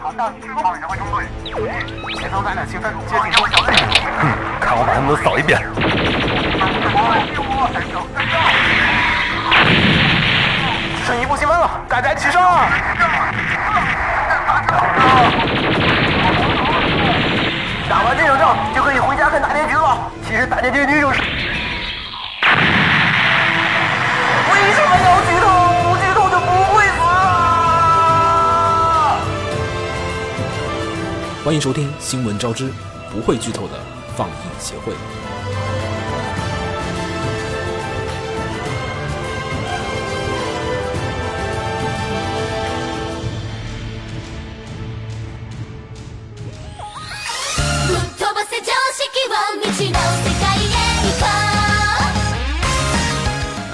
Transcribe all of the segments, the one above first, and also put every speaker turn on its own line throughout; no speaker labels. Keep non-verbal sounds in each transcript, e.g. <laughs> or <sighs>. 好，到你这个方位指挥中队。前方咱俩清分，接近多小队。
看我把他们都扫一遍。
剩一步积分了，大家齐上！打完这场仗就可以回家看大结局了。其实大结局就是……为什么要剧透？不剧透就不会死啊！
欢迎收听《新闻招之》，不会剧透的放映协会。
ぶっ飛ばせ常識を見違う世界へ行こ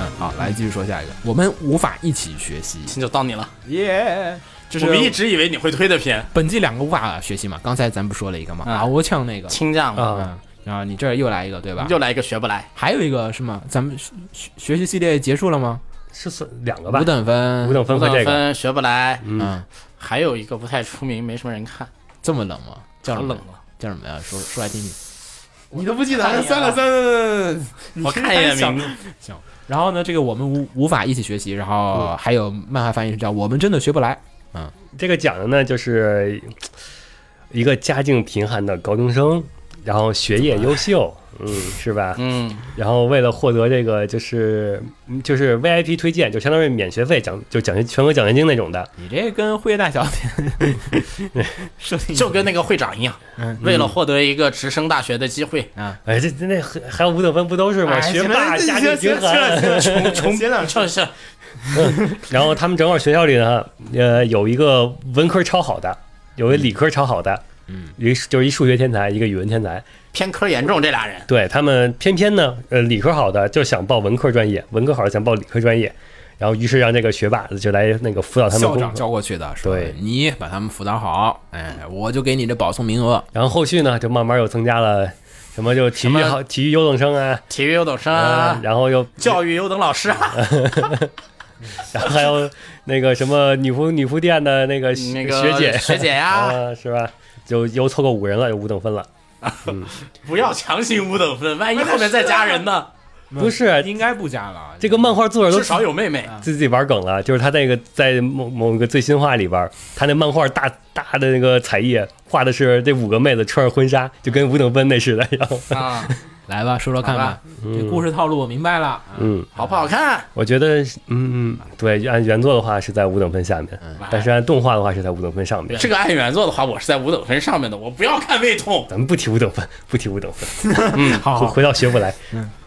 嗯，好，来继续说下一个。我们无法一起学习，
秦九到你了，
耶！这是
我们一直以为你会推的片，
本季两个无法学习嘛？刚才咱不说了一个嘛，
嗯
阿窝呛那个，
侵占
啊
了，
嗯，然后你这儿又来一个，对吧？
又来一个学不来，
还有一个是吗？咱们学学学习系列结束了吗？
是是两个吧
五？等分，
五等分
五
和这
等
个，
分学不来，
嗯，
还有一个不太出名，没什么人看，
这么冷吗？叫
好
什么
冷？了。
叫什么呀？说说来听听。
你都不记得了
算了算了，
我看一眼名字，
然后呢，这个我们无无法一起学习，然后还有漫画翻译是叫“我们真的学不来
这个讲的呢就是一个家境贫寒的高中生，然后学业优秀，嗯，是吧？
嗯，
然后为了获得这个就是嗯就是 VIP 推荐，就相当于免学费奖，就奖学全额奖学金那种的”。。
你这跟辉夜大小姐设定
就跟那个会长一样，嗯
嗯
为了获得一个直升大学的机 <laughs> 会，
哎，这这那还还有五等分不都是吗？
哎
学霸
行
家境
行
贫寒。
穷穷就是
然后他们正好学校里呢，呃，有一个文科超好的，有一理科超好的，
嗯，
一个就是一数学天才，一个语文天才。
偏科严重这俩人，
对他们偏偏呢，呃，理科好的就想报文科专业，文科好的想报理科专业，然后于是让这个学霸就来那个辅导他们
校
功
长
课。
叫过去的，说
对
你把他们辅导好，哎，我就给你这保送名额。
然后后续呢，就慢慢又增加了什么就体育好体育优等生啊，
体育优等生
呃
啊，
然后又 <laughs>
教育优等老师啊，
然后还有那个什么女仆女仆店的那个学
那个
嗯学姐
学姐呀，
啊，是吧？就又凑够五人了，有五等分了。
不要强行五等 <laughs> 分，万一后面再加人呢？
不是
哎应该不加了。
这个漫画作者
<laughs>
都
至少有妹妹，
自己玩梗了，就是他那个在某某个最新话里边，他那漫画大大的那个彩页画的是这五个妹子穿着婚纱，就跟五等分那似的。然后，
啊，
来吧，说说看
好
吧
吧，
这故事套路我明白了。嗯
嗯，
好不好看？
我觉得，嗯嗯，对，按原作的话是在五等分下面，但是按动画的话是在五等分上面。
这个按原作的话，我是在五等分上面的，我不要看胃痛。
咱们不提五等分，不提五等分。嗯，
好
回回到学不来。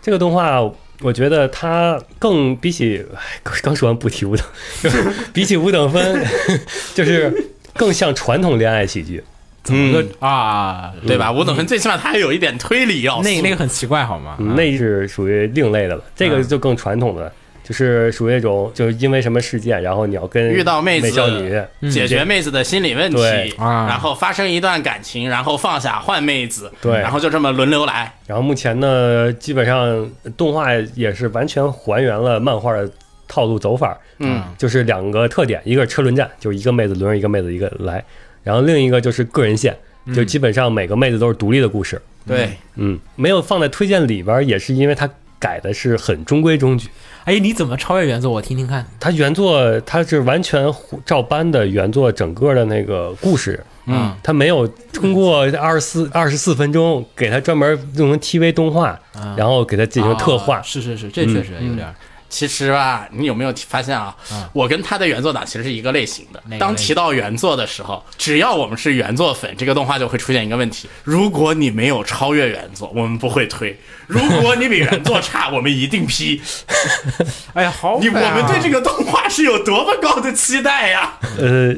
这个动画，我觉得它更比起唉刚刚说完不提五等， <laughs> 比起五等分， <laughs> 就是更像传统恋爱喜剧。
怎么
嗯
个啊？
对吧？五等分最起码它还有一点推理要素。
那那个很奇怪好吗？
嗯
啊
那嗯是属于另类的了，这个就更传统的，就是属于那种就是因为什么事件，然后你要跟
遇到妹子
美少女，嗯
解决妹子的心理问题
对，
啊
然后发生一段感情，然后放下换妹子，
对
然后就这么轮流来。
然后目前呢，基本上动画也是完全还原了漫画的套路走法，
嗯，
就是两个特点，一个是车轮战，就是一个妹子轮着一个妹子一个来，然后另一个就是个人线，就基本上每个妹子都是独立的故事，
对，
嗯，没有放在推荐里边儿，也是因为它改的是很中规中矩。
哎，你怎么超越原作？我听听看。
它原作它是完全照搬的原作整个的那个故事，
嗯，
它没有通过二十四二十四分钟给它专门弄成 TV 动画，然后给它进行特化
啊。
嗯
是是是，这确实有点儿。
其实吧，你有没有发现啊？我跟他的原作党其实是一个类型的
嗯哪个类型。
当提到原作的时候，只要我们是原作粉，这个动画就会出现一个问题：如果你没有超越原作，我们不会推；如果你比原作差，我们一定
<laughs>
批。
哎呀，好
你我们对这
个
个动画是有多么高的期待呀？
呃，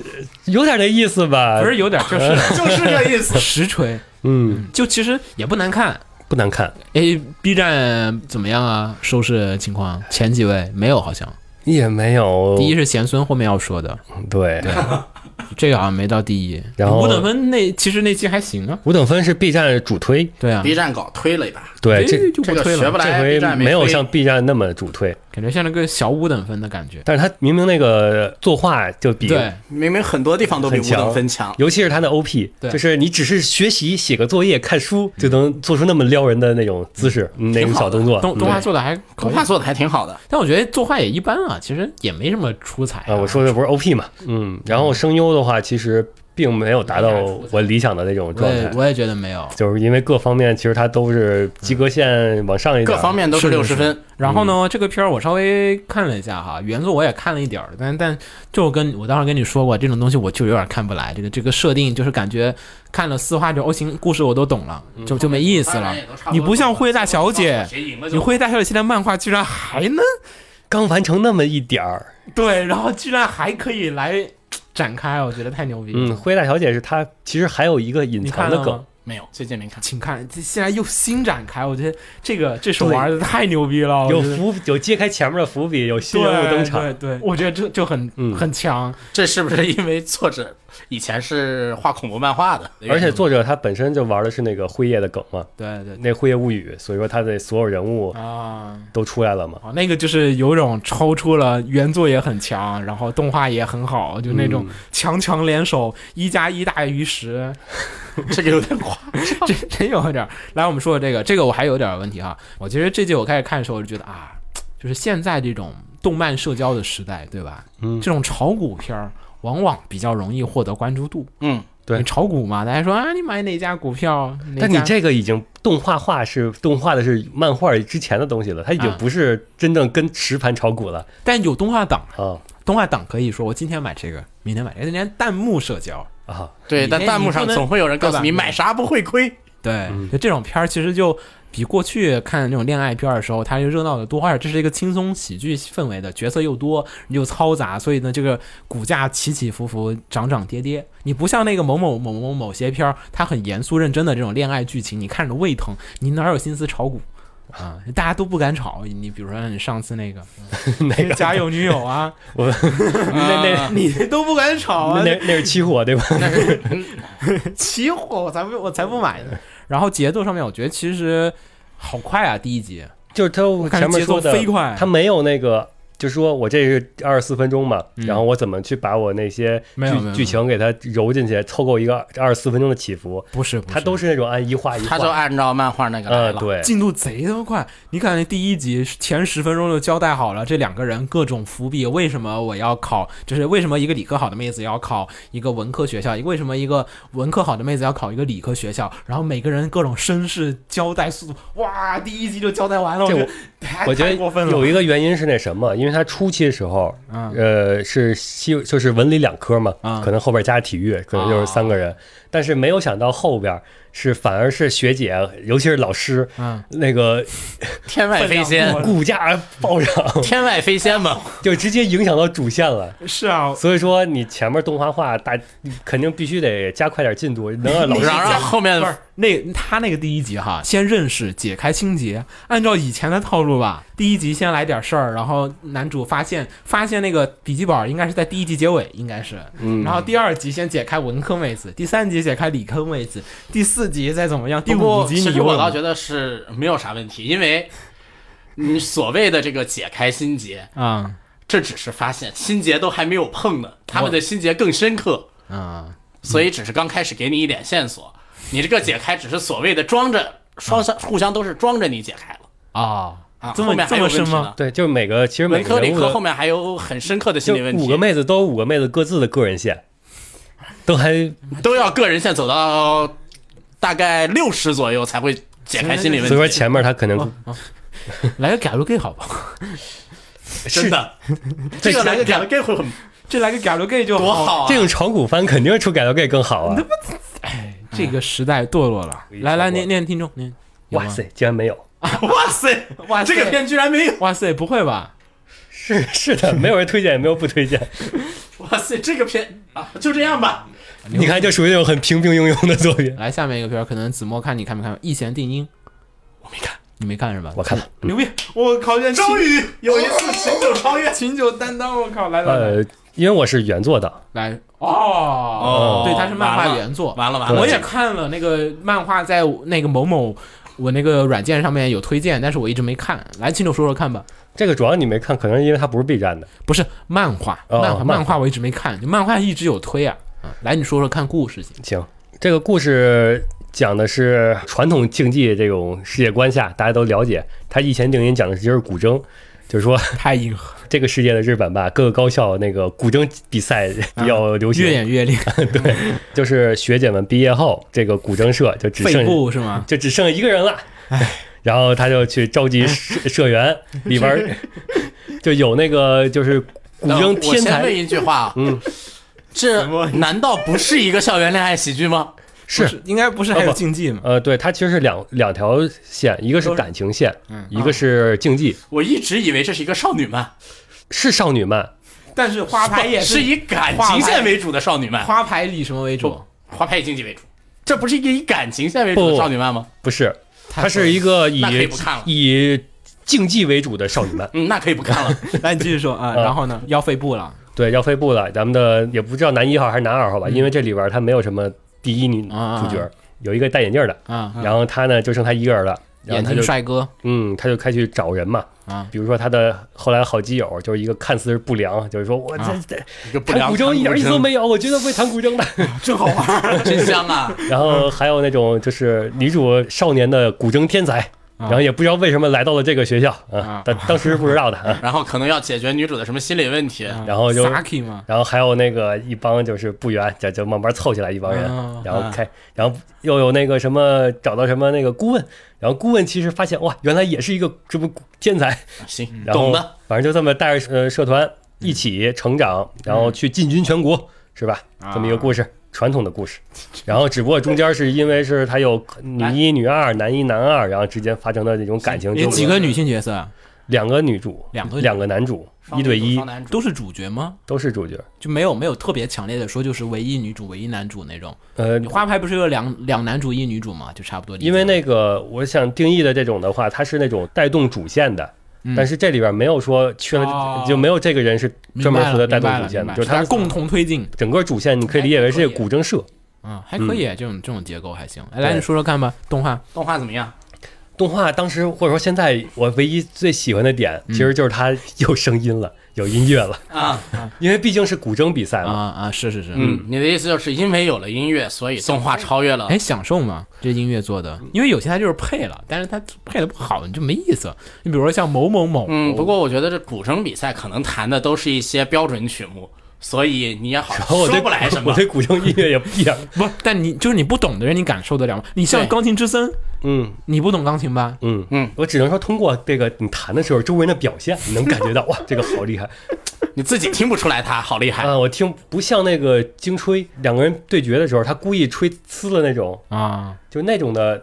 有点这意思吧？
不是，有点儿，
<laughs>
就是。
就是这意思
实锤。
嗯，
就其实也不难看。
不难看，
哎，B 站怎么样啊？收视情况前几位没有，好像
也没有。
第一是贤孙，后面要说的
对，
这个好像没到第一。
然后
五等分那其实那期还行啊。
五等分是 B 站主推，
对啊，
B 站搞推了一把，
对
哎
这
就不
这个
推
学
了
不。来
这回
B 站
没有
推
像 B 站那么主推，
感觉像那个小五等分的感觉。
但是他明明那个作画就比
对，
明明很多地方都比五
很强
等分强，
尤其是他的
啊
OP，
对嗯
就是你只是学习、写个作业、看书，就能做出那么撩人的那种姿势、嗯那种小动作。
动动
嗯
画做的还可
动
以，
画做的还挺好的。
但我觉得作画也一般啊，其实也没什么出彩
啊，我说的不是 OP 嘛，嗯，然后声优的话，其实并没有达到我理想的那种
我
状
也
态，
我也觉得没有。
就是因为各方面其实它都是及格线往上一点，
各方面都是
是
六
是
十
啊是
分，
然后
嗯
呢，这个片儿我稍微看了一下哈，原作我也看了一点儿，但但就跟我当时跟你说过，这种东西我就有点看不来。这个这个设定就是感觉看了四话就 O 型故事我都懂了，就就没意思
啊
了。
嗯
你不像惠大小姐，你惠大小姐现在漫画居然还能
刚完成那么一点儿。
<laughs> 对，然后居然还可以来展开，我觉得太牛逼了。
嗯，灰大小姐是她其实还有一个隐
你
藏
看
的
了
梗
吗，？
没有，最近没看。
请看，这现在又新展开，我觉得这个这手
对
玩的太牛逼哦了，我
有
觉得
伏有揭开前面的伏笔，有新
对
人物登场。
对对，我觉得这就很
嗯
很强，
这是不是因为作者以前是画恐怖漫
<laughs>
画的？
而且作者他本身就玩的是那个辉夜的梗嘛，
对对对
那《辉夜物语》，所以说他的所有人物
啊。
都出来了嘛。
哦，那个就是有种超出了原作也很强，然后动画也很好，就那
嗯
种强强联手，一加一大于十，
这个有点夸。
<laughs> 真真有点儿。来，我们说说这个，这个我还有点儿问题哈。我其实这届我开始看的时候，我就觉得啊，就是现在这种动漫社交的时代，对吧？
嗯
这种炒股片儿往往比较容易获得关注度。
嗯，
对
你炒股嘛，大家说啊，你买哪家股票？哪
但你
家
这个已经动画化是动画的是漫画之前的东西了，它已经
啊
不是真正跟实盘炒股了
但有动画党，
啊
动画党可以说我今天买这个，明天买这个，人家弹幕社交。
啊！
对，
你
但
那
弹
你
幕
不
上
能
总会有人告诉
对吧
你买啥不
<laughs>
会亏。
对，就这种片儿，其实就比过去看那种恋爱片儿的时候，它就热闹的多，而且这是一个轻松喜剧氛围的，角色又多又嘈杂，所以呢，这个股价起起伏伏，涨涨跌跌。你不像那个某某某某某些片儿，它很严肃认真的这种恋爱剧情，你看着胃疼，你哪有心思炒股？啊，大家都不敢炒。你比如说你上 <laughs> 次那个
那个
家有女友 <laughs> 啊，
我那那
<laughs> 你都不敢炒啊
那，那那是期
<laughs>
货对吧？
起火，我才不我才不买呢。然后节奏上面，我觉得其实好快啊，第一集
就是他
我看
前面
节奏
说的，
飞快，
他没有那个，就是说我这是二十四分钟嘛，然后我怎么去把我那些
嗯没有没有没
剧
有
剧情给它揉进去，凑够一个二十四分钟的起伏，
不是不
它都是那种按一画一
他就
画，
按照漫画那个来
呃
了。
对，
进度贼他妈快。你看那第一集前十分钟就交代好了，这两个人各种伏笔，为什么我要考，就是为什么一个理科好的妹子要考一个文科学校，为什么一个文科好的妹子要考一个理科学校，然后每个人各种身世交代速度，哇，第一集就交代完了，
这我
我太
我觉
哎太过
得
分了
有一个原因是那什么，因为他初期的时候，
嗯
呃，是西就是文理两科嘛，
嗯哦
可能后边加体育，可能就是三个人，但是没有想到后边是反而是学姐，尤其是老师，
嗯
那个
天外飞仙，
股价暴涨，
天外飞
<laughs>
仙嘛，
就直接影响到主线了。
是啊，
所以说你前面动画化大，肯定必须得加快点进度，能让老师
然后让后面
不是那他那个第一集哈，先认识解开心结，按照以前的套路吧，第一集先来点事儿，然后男主发现发现那个笔记本应该是在第一集结尾，应该是，
嗯
然后第二集先解开文科妹子，第三集解开理科妹子，第四集再怎么样，第
不
五
过
集
其
你
实
有
我倒觉得是没有啥问题，因为你所谓的这个解开心结，
啊
这只是发现心结都还没有碰呢，他们的心结更深刻，
啊
所以只是刚开始给你一点线索，你这个解开只是所谓的装着双相互相都是装着你解开了
啊
啊，
这
后
么
面还
这么
有问
深
题
吗
呢？
对，就是每个其实每
文科
个
理
人物
科后
的
面还有很深刻的心
就
理问
五个
题，
妹子都有五个妹子各自的个人线，都还
都要个人线走到大概六十左右才会解开心理问
所以说
题，
前面他可能
来个改路 gay 好不好？ <laughs>
真的，这个来个两个会很
这来个改路 gay 就
多好啊！
这种炒股番肯定出改造 gay 更好啊！
这个时代堕落了。
嗯
来来念念听众念，有吗
哇，塞，竟然没有！
<laughs> 哇塞，
哇塞
这个片居然没有！
哇塞，不会吧？
是是的，没有人推荐，也没有不 <laughs> 推荐。
<laughs> 哇塞，这个片啊，就这样吧。
你看，就属于那种很平平庸庸的作品。
来下面一个片儿，可能子墨看你看没看过《一弦定音》，
我没看，
你没看是吧？
我看了，
牛逼！我靠，原
终于有一次行走超 <laughs> 越。
秦九担当，我靠，来来
呃，因为我是原作党，
来，哦，对，它是漫画原作，
哦完了完了，
我也看了那个漫画，在那个某某我那个软件上面有推荐，但是我一直没看。来，秦总说说看吧。
这个主要你没看，可能是因为它不是 B 站的。
不是漫画，
哦
漫画
漫画
漫画我一直没看，就漫画一直有推啊。啊来，你说说看故事行。
行，这个故事讲的是传统竞技这种世界观下，大家都了解。它一前定音讲的就是古筝，就是说 <laughs>
太硬核，
这个世界的日本吧，各个高校那个古筝比赛比较流
啊
行，
越演越烈，
就是学姐们毕业后，这个古筝社就只
肺
剩
部是吗？
就只剩一个人了。 <laughs> 然后他就去召集社社员，
<laughs>
里边儿就有那个就是古
那
筝
呃我
天
先
才
问一句话，
<laughs>
嗯，这难道不是一个校园恋爱喜剧吗？
是
不是，应该不是还有竞技吗？
呃，对，它其实是两两条线，一个是感情线，
嗯
一个是竞技，
我一直以为这是一个少女漫，
是少女漫，
但是花牌也
是以感情线为主的少女漫，
花牌以什么为主
不？花牌以经济为主，这不是一个以感情线为主的
不
少女漫吗？
不是，它是
一
一个以
那可以不看了
以竞技为主的少女
<laughs>。
漫
嗯，那可以不看
<laughs>
了。
<laughs> 来，你继续说啊。
嗯
然后呢，要肺部了
对，要飞布了，咱们的也不知道男一号还是男二号吧，
嗯
因为这里边他没有什么第一女主
啊
角，有一个戴眼镜的，
啊，
然后他呢就剩他一个人了，嗯然
眼
后他
睛
就
帅哥
嗯，他就开始找人嘛。
啊
比如说他的后来好基友，就是一个看似是不良，就是说我这
啊
这
一个不
弹
良
古筝一点意思都没有，我绝对不会弹古筝的。 <laughs>
真好玩，真香啊！
然后还有那种就是女主少年的古筝天才，
啊
然后也不知道为什么来到了这个学校
啊
啊，但当时是不知道的啊。
然后可能要解决女主的什么心理问题，
啊
然后哦就
Saki 嘛，
然后还有那个一帮就是不远，就就慢慢凑起来一帮人
啊，
然后开，然后又有那个什么找到什么那个顾问，然后顾问其实发现哇，原来也是一个这么天才，
行，
然后
懂的。
反正就这么带着呃社团一起成长，然后去进军全国，是吧？这么一个故事，传统的故事。然后只不过中间是因为是他有女一、女二、男一、男二，然后之间发生的那种感情纠
有几
葛。
个女性角色啊，
两个女主，
两个
两个男主，一对一
双男主
都是主角吗？
都是主角。
就没有没有特别强烈的说就是唯一女主、唯一男主那种。
呃
你，花牌不是有两两男主一女主嘛，就差不多理解。
因为那个我想定义的这种的话，它是那种带动主线的。但是这里边没有说缺
嗯哦
了，就没有这个人是
明
专
白
门
了
负责带动
明白
主
了
线
明白了
的，就是
大
它
家共同推进。
整个主线，你可以理解为是古筝社。
嗯，还可以，这种这种结构还行。哎，
对
来你说说看吧，动画
动画怎么样？
动画当时或者说现在我唯一最喜欢的点，
嗯
其实就是它有声音了，有音乐了，
啊，
因为毕竟是古筝比赛
啊
嘛。
啊，是是是，
嗯，你的意思就是因为有了音乐，所以动画超越了
哎，享受嘛，这音乐做的，因为有些它就是配了，但是它配的不好，你就没意思。你比如说像某某某，
哦
嗯，不过我觉得这古筝比赛可能弹的都是一些标准曲目，所以你也好
然后我对
说不来什么
我。对古筝音乐也不一样。
不，但你就是你不懂的人，你感受得了吗？你像
对
钢琴之森，
嗯
你不懂钢琴吧？
嗯
嗯，
我只能说通过这个你弹的时候周围人的表现，你能感觉到哇，这个好厉害
你自己听不出来他好厉害，
啊！我听不像那个精吹两个人对决的时候，他故意吹呲了那种，
啊
就那种的，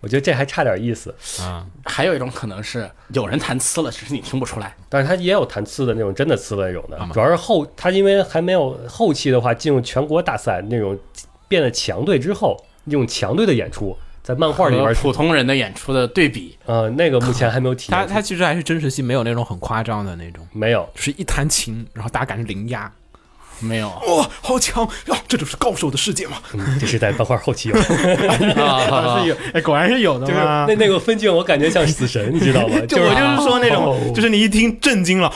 我觉得这还差点意思。
啊，
还有一种可能是有人弹呲了，只是你听不出来。
但是他也有弹呲的那种，真的呲的那种
啊
的。主要是后他因为还没有后期的话，进入全国大赛那种变得强队之后，那种强队的演出，在漫画里边
和
儿，
普通人的演出的对比，
呃，那个目前还没有体
它
验出。
它其实还是真实性，没有那种很夸张的那种，
没有， <laughs>
就是一弹琴，然后大家感觉零压，
没有
<laughs>
哇、好强呀、这就是高手的世界嘛。
嗯这是在漫画
<laughs>
后期有，
啊
是有，哎，果然是有的
<laughs> 就是
嘛。
那那个分镜，我感觉像死神，你知道吗？
<laughs> 就我就是啊说那种，
哦
就是你一听震惊了，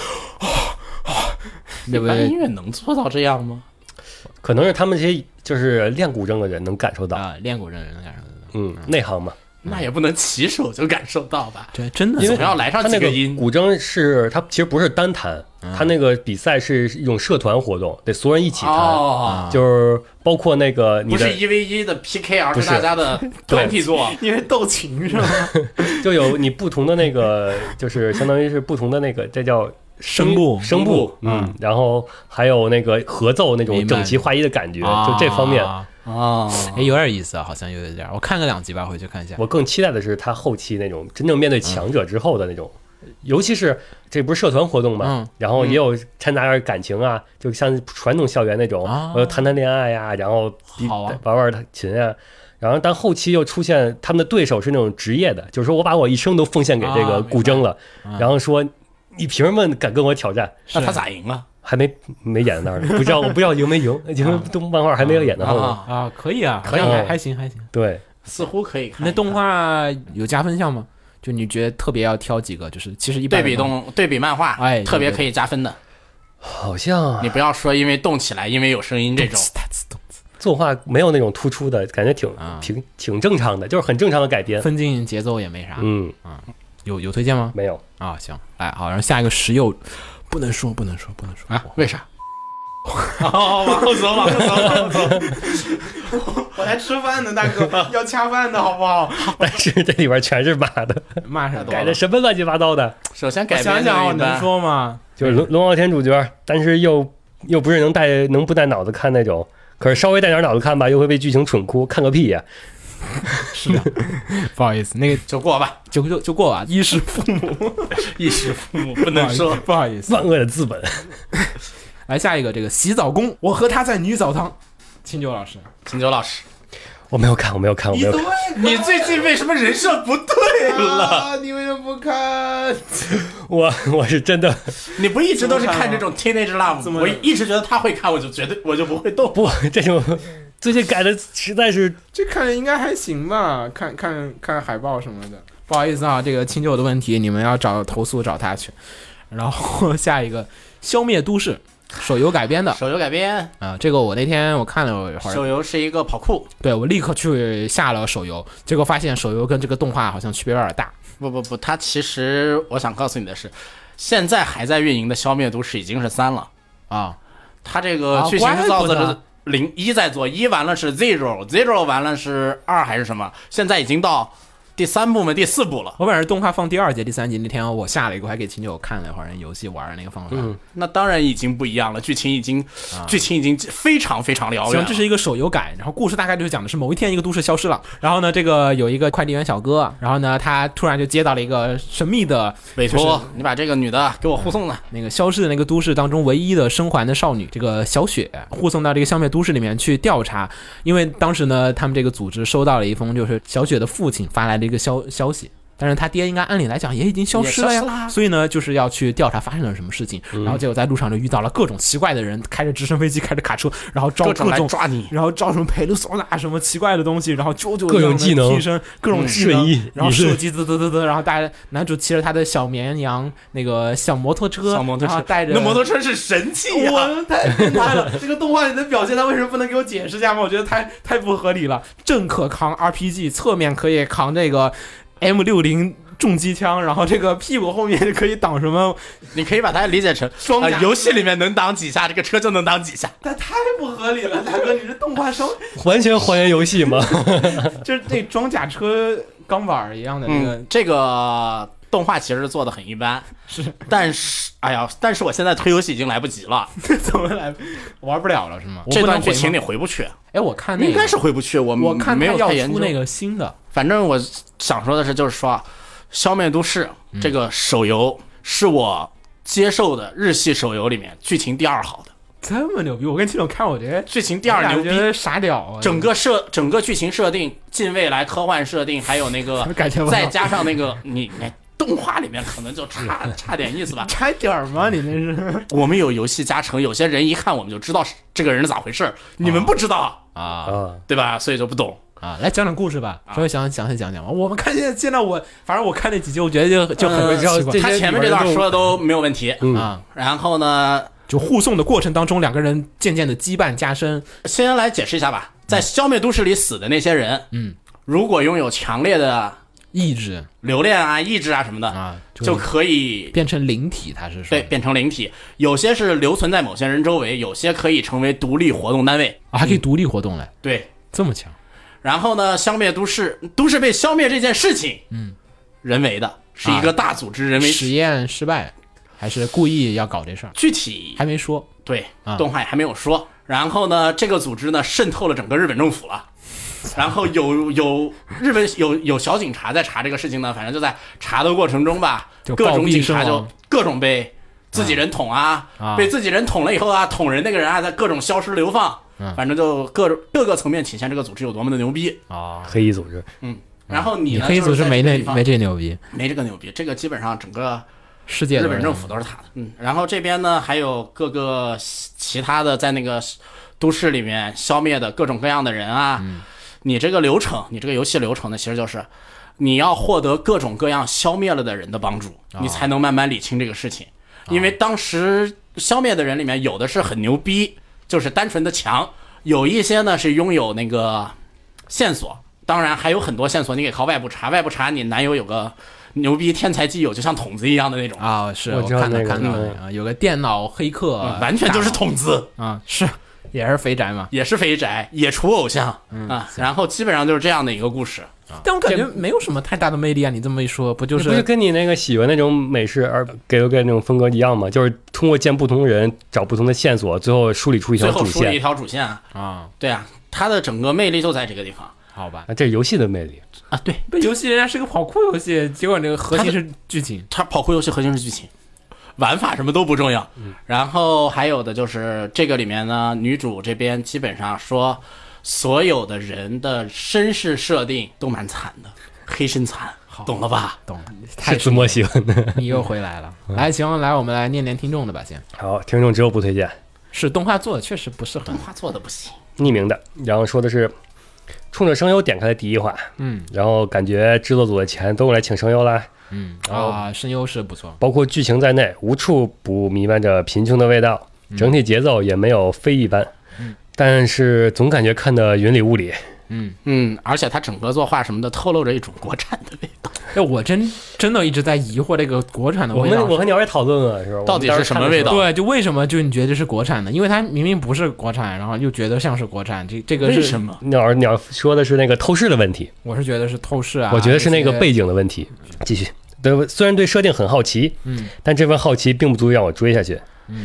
一般音乐能做到这样吗？
可能是他们这些就是练古筝的人能感受到，
啊，练过这人能感受得到，
嗯，内行嘛。
那也不能起手就感受到吧？
对，真的
因为
总要来上
他
几
那
个
个
音
古筝是它其实不是单弹，
嗯
它那个比赛是一种社团活动，得所有人一起弹，
哦，
嗯
就是包括那个你
不
的
是一 v 一的 PK，而是
不是
大家
<laughs>
的团体作。
因为斗琴是吗？
就有你不同的那个，就是相当于是不同的那个，这叫
声部
声部，嗯，然后还有那个合奏那
明
种
白
整齐划一的感觉，就这方面，
啊
哦，
哎，有点意思啊，好像有点儿。我看个两集吧，回去看一下。
我更期待的是他后期那种真
嗯
正面对强者之后的那种，尤其是这不是社团活动嘛
嗯，
然后也有掺杂点感情啊，就像传统校园那种
啊，
我就谈谈恋爱呀，然后比
好啊
玩玩琴啊。然后，但后期又出现他们的对手是那种职业的，就是说我把我一生都奉献给这
啊
个
明白
古筝了，然后说你凭什么敢跟我挑战？
那他咋赢啊？
还没没演到那儿呢，不知
啊
道我不知道赢没赢，因为动漫画还没有演到后面。
啊，
啊，可以啊，
可以
好像还还行还行。
对，
似乎可以看一看。
那动画有加分项吗？就你觉得特别要挑几个？就是其实一般
对
人都
比动对比漫画，
哎
特别
对对
可以加分的。
好像
你不要说因为动起来，因为有声音这
<laughs>
种，
呲哒呲动
作画没有那种突出的感觉挺，
啊
挺挺正常的，就是很正常的改编。
分镜节奏也没啥。
嗯，
有有推荐吗？
没有， <laughs>
啊，行，来好，然后下一个石榴，不能说，不能说，不能说
啊，为啥？哦，往后走，往后走，往后走。我来吃饭呢，大哥，要恰饭的好不好？
但是这里边全是马
<laughs>
<laughs> 的，
骂啥多
改
了
的什么乱七八糟的，
首先
我
改编
想想，我能说吗？
就是龙龙傲天主角，但是又又不是能带能不带脑子看那种，可是稍微带点脑子看吧，又会被剧情蠢哭，看个屁呀！
是的，不好意思，那个
就过吧，
就就就过吧。衣食父母，
一时父母 <laughs> 不
不
能说。
不好意思。
万恶的资本， <laughs>
来下一个，这个洗澡工，我和他在女澡堂。清酒老师，
<laughs> 秦九老师，
我没有看，我没有看，我没有看，
你最近为什么人设不对了？ <laughs>
啊，你为什么不看？
我我是真的
你不一直都是看这种 teenage love？吗我一直觉得他会看，我就绝对我就不会动。
不这种最近改的实在是
这看着应该还行吧，看看看海报什么的。
不好意思啊，这个清酒的问题，你们要找投诉找他去。然后 <laughs> 下一个，《消灭都市》手游改编的啊、
<laughs> 手游改编，
这个我那天我看了一会儿，
手游是一个跑酷，
对我立刻去下了手游，结果发现手游跟这个动画好像区别有点大。
不不不，它其实我想告诉你的是，现在还在运营的《消灭都市》已经是三了，哦
啊，
它这个
啊
剧情制造者
怪不
是
得
零一在做，一完了是 zero，zero 完了是二还是什么？现在已经到第三部嘛，第四部了。
我本来动画放第二节、第三集那天，我下了一个，我还给秦九看了一会儿，人游戏玩儿那个方法。
嗯
那当然已经不一样了，剧情已经、剧情已经非常非常辽远
行，
了。
这是一个手游改，然后故事大概就是讲的是某一天一个都市消失了，然后呢，这个有一个快递员小哥，然后呢，他突然就接到了一个神秘的
委
就
托
是，
你把这个女的给我护送了。
那个消失的那个都市当中唯一的生还的少女，这个小雪护送到这个消灭都市里面去调查，因为当时呢，他们这个组织收到了一封就是小雪的父亲发来的一个消消息。但是他爹应该按理来讲也已经消失了呀，
也消失啦嗯
所以呢，就是要去调查发生了什么事情。然后结果在路上就遇到了各种奇怪的人，开着直升飞机，开着卡车，然后招
各
各
种
种
来抓 <laughs> 你
然后招什么佩鲁索纳什么奇怪的东西，然后啾啾
各种
一样的
技能
替身，各
嗯
种技
瞬
能
移
然后
也是
手机滋滋滋滋，然后大家男主骑着他的小绵羊那个小摩托车，
小摩托
然
车
后带着
那摩托车是神器呀、
我太变态了！这个动画里的表现，他为什么不能给我解释一下吗？我觉得太太不合理了。正可扛 RPG，侧面可以扛这个 M 六零重机枪，然后这个屁股后面就可以挡什么？
你可以把它理 <laughs> 解成
双
啊、
甲
游戏里面能挡几下，这个车就能挡几下。
它太不合理了，大哥，你这动画稍微
完全还原游戏嘛。
就是那装甲车钢板儿一样的那个
嗯，这个动画其实做的很一般，
是
但是哎呀，但是我现在推游戏已经来不及了，
怎么来玩不了了是吗？
这段剧情你回不去，啊
哎，我看那个
应该是回不去。我
我看
没
他
有
要
太研究
出那，个新的，
反正我想说的是，就是说啊，《消灭都市》这个手游是我接受的日系手游里面剧情第二好的，
这么牛逼！我跟秦总看，我觉得
剧情第二牛
我觉
逼。
得傻屌啊！
整个设整个剧情设定、近未来科幻设定，还有那 <laughs> 个
感觉不到
再加上那个你哎动画里面可能就 <laughs> 差差点意思吧。
差点儿吗？你那是
我们有游戏加成，有些人一看我们就知道是这个人是咋回事儿，你们不知道
啊
<laughs> 啊，
对吧？所以就不懂。
啊！来讲讲故事吧，稍微详详细讲讲吧。我们看现在现在我，反正我看那几集，我觉得就就很
然后
奇怪
这
他
些
前面
里
呃这
边
段
就
说的都没有问题。
嗯
啊。
然后呢，
就护送的过程当中，两个人渐渐的羁绊加深。
先来解释一下吧，在消灭都市里死的那些人，
嗯，
如果拥有强烈的
意志
留恋啊、意志啊什么的，
啊就
就可以
变成灵体，他是说
对，变成灵体，有些是留存在某些人周围，有些可以成为独立活动单位。
啊，还可以独立活动嘞，
对，
这么强
然后呢，消灭都市，都市被消灭这件事情，嗯，人为的，是一个大组织人为
啊实验失败，还是故意要搞这事儿？
具体
还没说
对
啊
动画也还没有说。然后呢，这个组织呢渗透了整个日本政府
<laughs>
了。然后有有日本有有小警察在查这个事情呢，反正就在查的过程中吧，
就
各
暴
种
毙
警
身
察就
亡
各种被自己人捅啊，
啊
被自己人捅了以后啊，捅人那个人啊，在各种消失流放，
嗯
反正就各种各个层面体现这个组织有多么的牛逼。
啊。
黑衣组织，
然后你
你
呢，
嗯黑组
就是是
没那
那
没这牛逼，
没这个牛逼，这个基本上整个
世界的
日本政府都是他的。嗯，然后这边呢还有各
嗯
个其他的在那个都市里面消灭的各种各样的人啊，你这个流程，你这个游戏流程呢，其实就是你要获得各种各样消灭了的人的帮助，
哦
你才能慢慢理清这个事情。因为当时消灭的人里面，有的是很牛逼，就是单纯的强；有一些呢是拥有那个线索，当然还有很多线索，你给靠外部查，外部查你男友有个牛逼天才基友，就像筒子一样的那种，
啊，是
我知道
看到
那个
看到
嗯
啊，有个电脑黑客，
完全就是
大
筒子。
佬啊，是也是肥宅嘛。
也是肥宅，也除偶像、啊，然后基本上就是这样的一个故事。
<laughs> 但我感觉没有什么太大的魅力啊！你这么一说，不就
不是跟你那个喜欢那种美式而给了个那种风格一样吗？就是通过见不同的人，找不同的线索，最后梳理出一条
最后
主
梳理一
线。
条主线啊，
啊？
对啊，它的整个魅力就在这个地方
好吧，
啊，这是游戏的魅力。
啊。对，
不，游戏人家是个跑酷游戏，结果那个核心是剧情
它跑酷游戏核心是剧情，玩法什么都不重要。然后还有的就是这个里面呢，女主这边基本上说，所有的人的身世设定都蛮惨的，黑身惨，懂了吧？
懂？
是
太
自摸
<laughs>
嗯喜欢的。
你又回来了， <laughs> 来行，来我们来念念听众的吧，先
好，听众只有不推荐，
是动画做的确实不是很
动画做的不行，
匿名的，然后说的是冲着声优点开的第一话，
嗯，
然后感觉制作组的钱都用来请声优啦，
嗯
哦
啊，声优是不错，
包括剧情在内，无处不弥漫着贫穷的味道，
嗯
整体节奏也没有非一般，但是总感觉看得云里雾里。
嗯，
嗯，而且它整个作画什么的透露着一种国产的味道，
哎，我真真的一直在疑惑这个国产的
我
味
们
道
我和鸟也讨论了，是吧？
到底
我们当
是
时
什
看
么
的时
味
候
道？
对，就为什么就你觉得这是国产的？因为它明明不是国产，然后又觉得像是国产，这这个
为
是
什？么？
鸟儿鸟儿说的是那个透视的问题，
我是觉得是透视啊，
我觉得是那个
这些
背景的问题。继续，对，虽然对设定很好奇，
嗯，
但这份好奇并不足以让我追下去，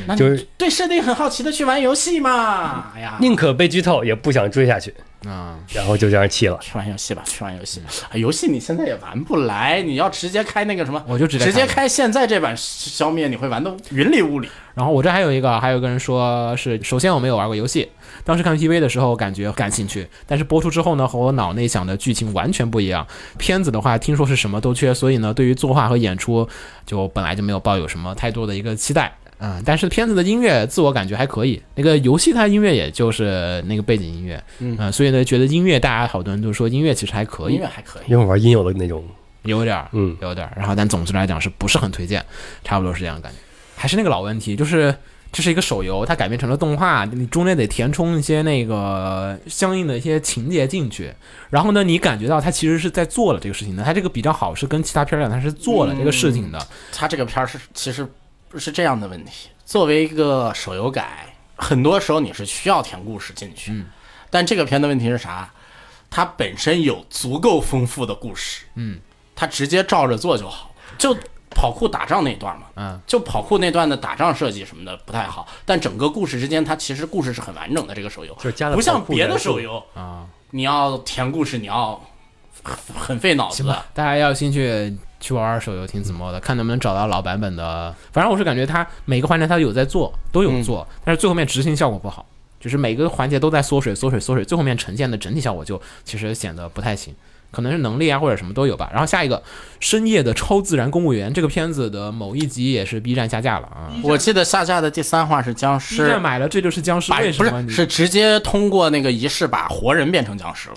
那你
就是
对设定很好奇的去玩游戏嘛？哎呀，
宁可被剧透也不想追下去，
啊，
然后就这样弃了。
去玩游戏吧，去玩游戏吧。啊游戏你现在也玩不来，你要直接开那个什么，
我就直接
直接
开
开现在这版消灭，你会玩的云里雾里。
然后我这还有一个，还有个人说是，首先我没有玩过游戏，当时看 PV 的时候感觉感兴趣，但是播出之后呢，和我脑内想的剧情完全不一样。片子的话，听说是什么都缺，所以呢，对于作画和演出就本来就没有抱有什么太多的一个期待。嗯，但是片子的音乐自我感觉还可以，那个游戏它音乐也就是那个背景音乐，嗯、所以呢，觉得音乐大家好多人都说音乐其实还可
音
以
乐，还可以，
因为我玩音游的那种，
有点儿，
嗯
有点儿。然后，但总之来讲是不是很推荐，差不多是这样的感觉。还是那个老问题，就是这是一个手游，它改编成了动画，你中间得填充一些那个相应的一些情节进去。然后呢，你感觉到它其实是在做了这个事情的，它这个比较好是跟其他片儿一样，它是做了这个事情的。
它这个片儿是其实是这样的问题。作为一个手游改，很多时候你是需要填故事进去，
嗯
但这个片的问题是啥？它本身有足够丰富的故事，
嗯，
它直接照着做就好。就跑酷打仗那段嘛，
嗯，
就跑酷那段的打仗设计什么的不太好，但整个故事之间，它其实故事是很完整的。这个手游
就是加了
不像
跑酷
别的
元素
手游，
啊，
你要填故事，你要很很费脑子
行
的
吧。，大家要有兴趣去玩玩手游，挺子墨的，看能不能找到老版本的。反正我是感觉它每个环节它有在做，都有做，
嗯
但是最后面执行效果不好，就是每个环节都在缩水、缩水、缩水，最后面呈现的整体效果就其实显得不太行。可能是能力啊，或者什么都有吧。然后下一个《深夜的超自然公务员》这个片子的某一集也是 B 站下架了啊。
我记得下架的第三话是僵
B
尸
站，买了，这就是僵尸
把
为
不
什么
是
你
是直接通过那个仪式把活人变成僵尸了。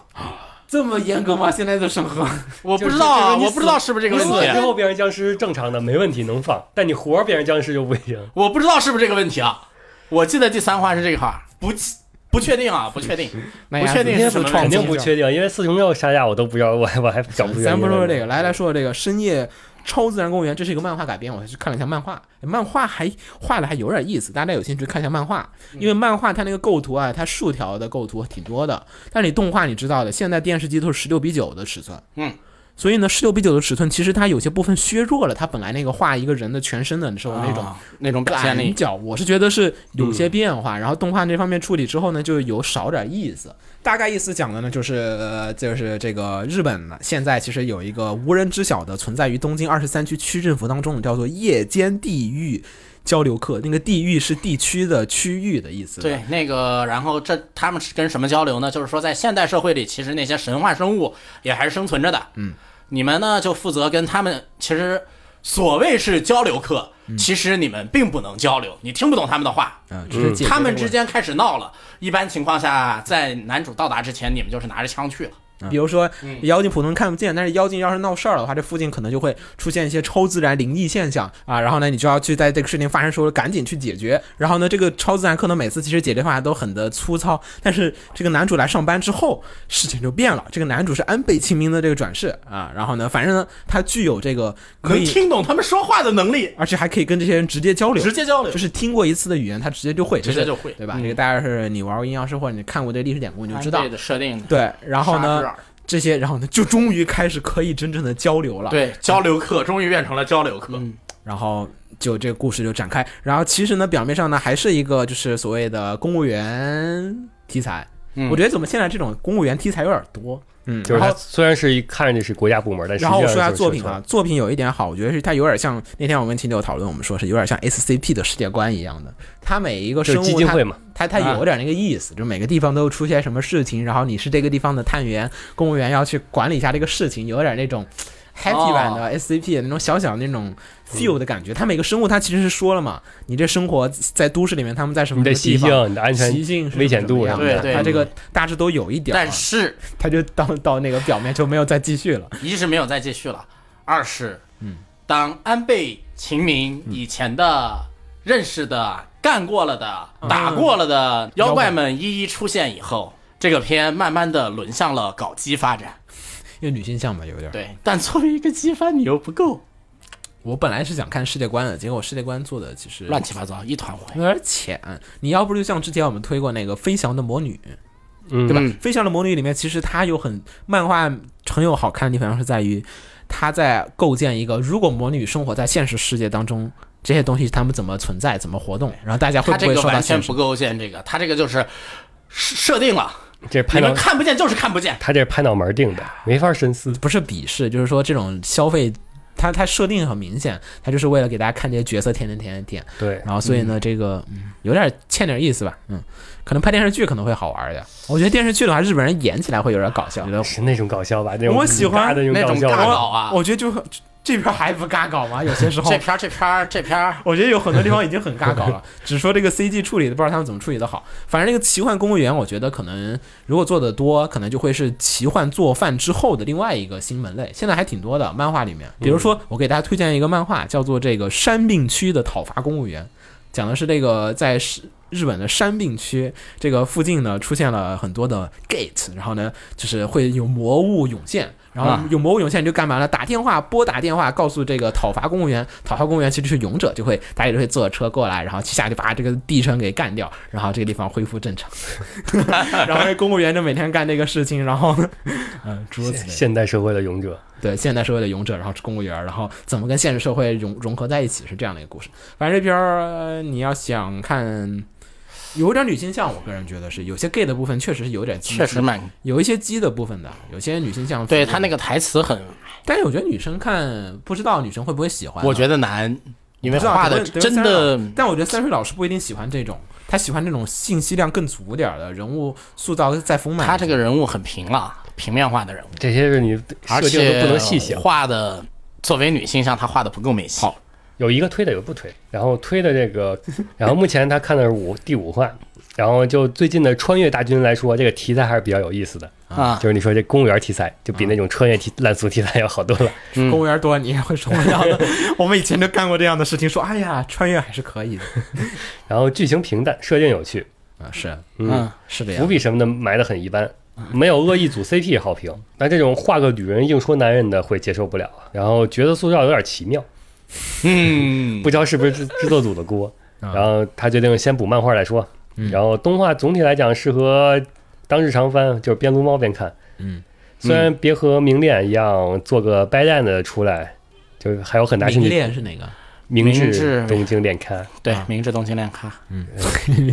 这么严格吗？现在的审核？
我不知
就是
道啊，
就是你
我
死
不知道是不是这个
你死
问
了啊之
题，啊
后变成僵尸正常的没问题能放，但你活儿变成僵尸就不行。
我不知道是不是这个问题啊。我记得第三话是这个话，不记不确定啊，不确
<laughs>
定。
那也
不确定
是
是什么
创
肯
问题
定
新
不
上
确定，因为四重奏下架我都不知道，我我还找不出原因来。
咱不说这个，来来说说这个《深夜超自然公园》，这是一个漫画改编，我去看了一下漫画，漫画还画的还有点意思，大家有兴趣看一下漫画，
嗯
因为漫画它那个构图啊，它竖条的构图挺多的，但你动画你知道的，现在电视机都是十六比九的尺寸，
嗯。
所以呢，十六比九的尺寸，其实它有些部分削弱了它本来那个画一个人的全身的时候那种
啊那种表现
感
力，
脚，我是觉得是有些变化。然后动画这方面处理之后呢，就有少点意思。大概意思讲的呢，就是呃，就是这个日本呢，现在其实有一个无人知晓的存在于东京二十三区区政府当中的，叫做夜间地狱交流课。那个地狱是地区的区域的意思。
对，那个，然后这他们是跟什么交流呢？就是说，在现代社会里，其实那些神话生物也还是生存着的。嗯，你们呢就负责跟他们，其实所谓是交流课，其实你们并不能交流，你听不懂他们的话。
嗯，只是解决
他们
了
之
问
间开始闹了，一般情况下，在男主到达之前，你们就是拿着枪去了。
比如说
嗯
妖精普通看不见，但是妖精要是闹事儿了的话，这附近可能就会出现一些超自然灵异现象啊。然后呢，你就要去在这个事情发生的时候赶紧去解决。然后呢，这个超自然可能每次其实解决方案都很的粗糙，但是这个男主来上班之后，事情就变了。这个男主是安倍晴明的这个转世啊。然后呢，反正呢，他具有这个可
能
以，
听懂他们说话的能力，
而且还可以跟这些人直接交流，
直接交流
就。是听过一次的语言，他直接就会，
直接就会嗯啊
对吧？这个大概是你玩过阴阳师或者你看过这个历史典故，你就知道
安倍。的设定。
对，然后
沙
呢
之，耳
这些，然后呢，就终于开始可以真正的交流了。，
对 <laughs> 交流课终于变成了交流课。
然后就这个故事就展开。然后其实呢，表面上呢还是一个就是所谓的公务员题材。我觉得怎么现在这种公务员题材有点多。嗯，
就是
然
它
后
虽然是一看上去是国家部门，但实际
然
上
后我
是
说下作品
社
啊
团，，
作品有一点好，我觉得是它有点像那天我跟秦九讨论，我们说是有点像 SCP 的世界观一样的，它每一个
就
生
是
物
基金
它
会嘛，
它它有点那个意思，就每个地方都出现什么事情，然后你是这个地方的探员，公务员要去管理一下这个事情，有点那种
哦
happy 版的 SCP 的那种小小的那种 feel 的感觉。它每个生物它其实是说了嘛，你这生活在都市里面，他们在什么
你的
地
习
方。
性、你的安全
习性是
危险度
什
什
么
么
样
的，
的
对对
它这个大致都有一点儿，
但是
它就到到那个表面就没有再继续了。
一是没有再继续了，二是，当安倍晴明以前的认识的、干过了的、打过了的妖怪们一一出现以后，这个片慢慢的沦向了搞基发展。
因为女性向嘛，有点儿。
对，但作为一个基番，你又不够，
我本来是想看世界观的，结果世界观做的其实
乱七八糟，一团混。
有点浅。你要不就像之前我们推过那个《飞翔的魔女》，
嗯
对吧？
嗯
飞翔的魔女》里面其实它有很漫画很有好看的地方是在于，它在构建一个如果魔女生活在现实世界当中，这些东西他们怎么存在，怎么活动，然后大家会
他
不
这
会
个
受到
完全
现实
不？构建这个，他这个就是设定了，
这
你
拍
们
脑
看不见就是看不见。
他这拍脑门定的，没法深思。
不是鄙视，就是说这种消费。它它设定很明显，它就是为了给大家看这些角色甜甜甜甜，
对，
然后所以呢，这个嗯有点欠点意思吧，嗯，可能拍电视剧可能会好玩一点。我觉得电视剧的话，日本人演起来会有点搞笑，觉得
是那种搞笑吧？那种
我喜欢
嘎的
那
那
种
种搞笑
尬
吧，
搞啊！
我觉得就很这边还不尬搞吗？有些时候
这，片儿这片儿这片儿，
我觉得有很多地方已经很尬搞了，只说这个 CG 处理的不知道他们怎么处理的好。反正那个奇幻公务员，我觉得可能如果做的多，可能就会是奇幻做饭之后的另外一个新门类。现在还挺多的漫画里面，比如说我给大家推荐一个漫画，叫做这个山病区的讨伐公务员，讲的是这个在是。日本的山病区这个附近呢，出现了很多的 gate，然后呢，就是会有魔物涌现，然后有魔物涌现你就干嘛呢？打电话拨打电话告诉这个讨伐公务员，讨伐公务员其实是勇者，就会大家就会坐车过来，然后一下就把这个地城给干掉，然后这个地方恢复正常， <laughs> 然后那公务员就每天干这个事情，然后呢，嗯，诸如此类的。
现代社会的勇者，
对现代社会的勇者，然后是公务员，然后怎么跟现实社会融融合在一起，是这样的一个故事。反正这片儿、呃你要想看，有点女性向，我个人觉得是有些 gay 的部分确实是有点鸡
确实蛮
有一些鸡的部分的，有些女性向
嗯对他那
个，
个台词很，
但是我觉得女生看不知道女生会不会喜欢啊，
我觉得难，因为
不知道
画的
得问得问
真
三
的
水老师但我觉得三水老师不一定喜欢这种，他喜欢这种信息量更足点儿的人物塑造再丰满一些。
他这个人物很平了，平面化的人物，
这些是你
而
设定
且
都不能细想。
画的作为女性向，她画的不够美细。
有一个推的，有一个不推。然后推的这个，然后目前他看的是五 <laughs> 第五话，然后就最近的穿越大军来说，这个题材还是比较有意思的
啊
就是你说这公务员题材，就比那种穿越题烂俗题材要好多了。
公
嗯
务员多，你也会说这
<laughs>
样的。我们以前就干过这样的事情，说哎呀，穿越还是可以的。
然后剧情平淡，设定有趣，
啊，是
嗯，
是这
伏
样。
笔什么的埋得很一般，没有恶意组 CP 好评。那这种画个女人硬说男人的会接受不了啊。然后角色塑造有点奇妙，
嗯，
不知道是不是制制作组的锅。然后他决定先补漫画再说。然后动画总体来讲适合当日常番，就是边撸猫边看。
嗯，
虽然别和明恋一样做个掰蛋的出来，就是还有很大兴
明
趣。
恋是哪个？
明
明治
治东京恋刊，
对，明治东京恋咖，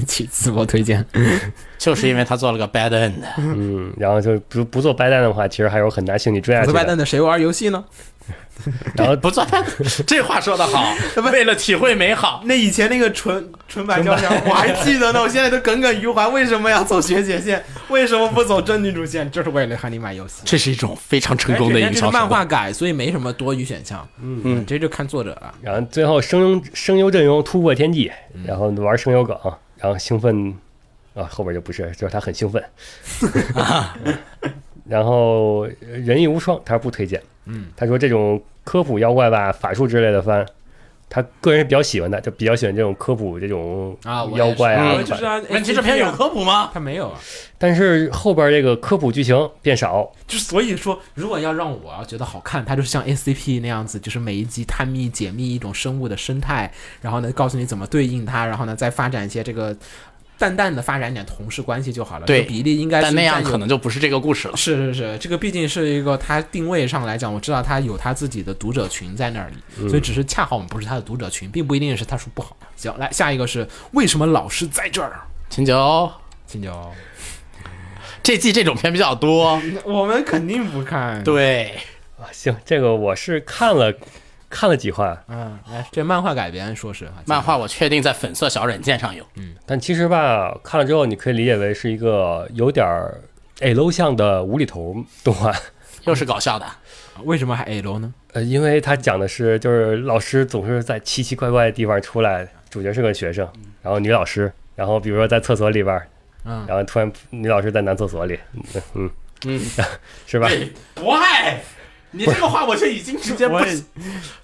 请自我推荐。
就是因为他做了个 bad end，
嗯，然后就不不做掰蛋的话，其实还有很大兴趣追下
我
去
的
的。
外蛋的谁玩游戏呢？
然后
不算叛徒， <laughs> 这话说得好，为了体会美好，
那以前那个纯纯白教条，我还记得呢，我现在都耿耿于怀。为什么要走学姐线？为什么不走正女主线？就是为了喊你买游戏。
这是一种非常成功的
人
营
家哎这
销
是漫
手段。
画改，所以没什么多余选项，嗯，这就看作者了。
然后最后声声优阵容突破天际，
嗯
然后玩声优梗，然后兴奋啊，后边就不是，就是他
<laughs>
很兴奋。然后呃人亦无双，他不推荐。嗯，他说这种科普妖怪吧，法术之类的番，他个人是比较喜欢的，就比较喜欢这种科普这种
啊我也
妖怪啊
是。
我就是啊，
问哎题这篇有科普吗？
他没有啊，
但是后边这个科普剧情变少，
就所以说，如果要让我要觉得好看，它就是像 A C P 那样子，就是每一集探秘解密一种生物的生态，然后呢告诉你怎么对应它，然后呢再发展一些这个淡淡的发展点同事关系就好了。
对
这个比例应该是
但那样
占有
可能就不哎是这个故事了。
是是是，这个毕竟是一个它定位上来讲，我知道它有它自己的读者群在那里，
嗯
所以只是恰好我们不是它的读者群，并不一定是它说不好。行，来下一个是为什么老是在这儿？
秦九，
秦九，
这季这种片比较多，
我们肯定不看。
对，
啊行，这个我是看了看了几话，
嗯，来这漫画改编，说是啊
漫，画我确定在粉色小软件上有。
但其实吧，看了之后你可以理解为是一个有点儿 A 楼向的无厘头动画， <laughs>
又是搞笑的，
秦九为什么还 A 楼呢？
呃，因为它讲的是就是老师总是在奇奇怪怪的地方出来，主角是个学生，然后女老师，然后比如说在厕所里边儿，
嗯
然后突然女老师在男厕所里，嗯嗯， <laughs> 是吧？
对，why？你这个话我就已经直接不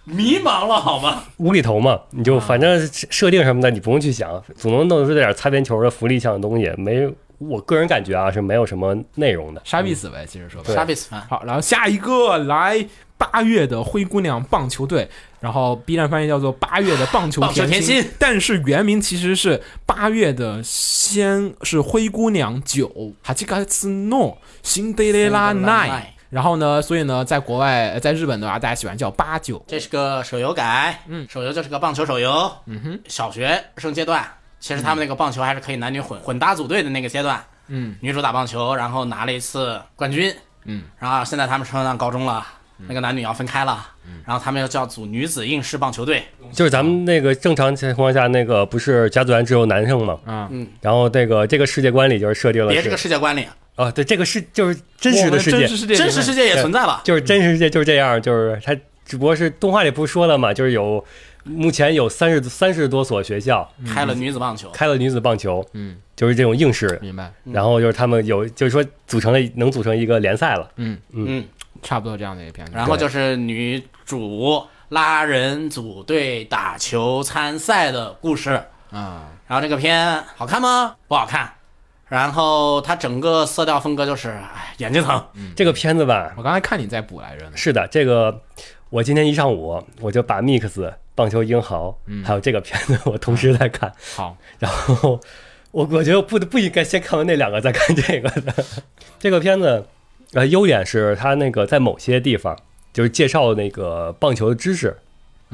迷茫了，好吗？
无厘头嘛，你就反正设定什么的你不用去想，总能弄出点擦边球的福利项的东西，没。我个人感觉啊，是没有什么内容的。
杀必死呗，其实说白了。
沙比斯番，
好，然后下一个来八月的灰姑娘棒球队，然后 B 站翻译叫做八月的棒球
棒球
甜
甜
心
心，
但是原名其实是八月的先是灰姑娘九，哈吉卡斯诺辛德雷拉 nine，然后呢，所以呢，在国外呃在日本的话，大家喜欢叫八九。
这是个手游改，嗯，手游就是个棒球手游，嗯哼，小学生阶段，其实他们那个棒球还是可以男女混混搭组队的那个阶段，
嗯，
女主打棒球，然后拿了一次冠军，
嗯，
然后现在他们升上高中了，那个男女要分开了，然后他们又叫组女子应试棒球队，
就是咱们那个正常情况下，那个不是甲子园只有男生嘛？
啊
嗯，
然后这个这个世界观里就是设定了
别这
是
个世界观里，
啊，对，这个是就是真实的世
我们
界
真实，世界里面，
真实世界也存在了。
就是真实世界就是这样，就是它只不过是动画里不是说了嘛，就是有目前有三十三十多所学校
开了女子棒球，
开了女子棒球，
嗯，
就是这种应试，
嗯
明白，
然后就是他们有就是说组成了能组成一个联赛了，
嗯，
差不多这样的一个片子。
然后就是女主拉人组队打球参赛的故事。
啊，
然后这个片好看吗？不好看。然后它整个色调风格就是，哎，眼睛疼。
这个片子吧，
我刚才看你在补来着呢，
是的，这个我今天一上午我就把 Mix 棒球英豪、
嗯
还有这个片子我同时在看，
好，
然后我我觉得不不应该先看完那两个再看这个的。 <laughs> 这个片子，呃，优点是它那个在某些地方就是介绍那个棒球的知识，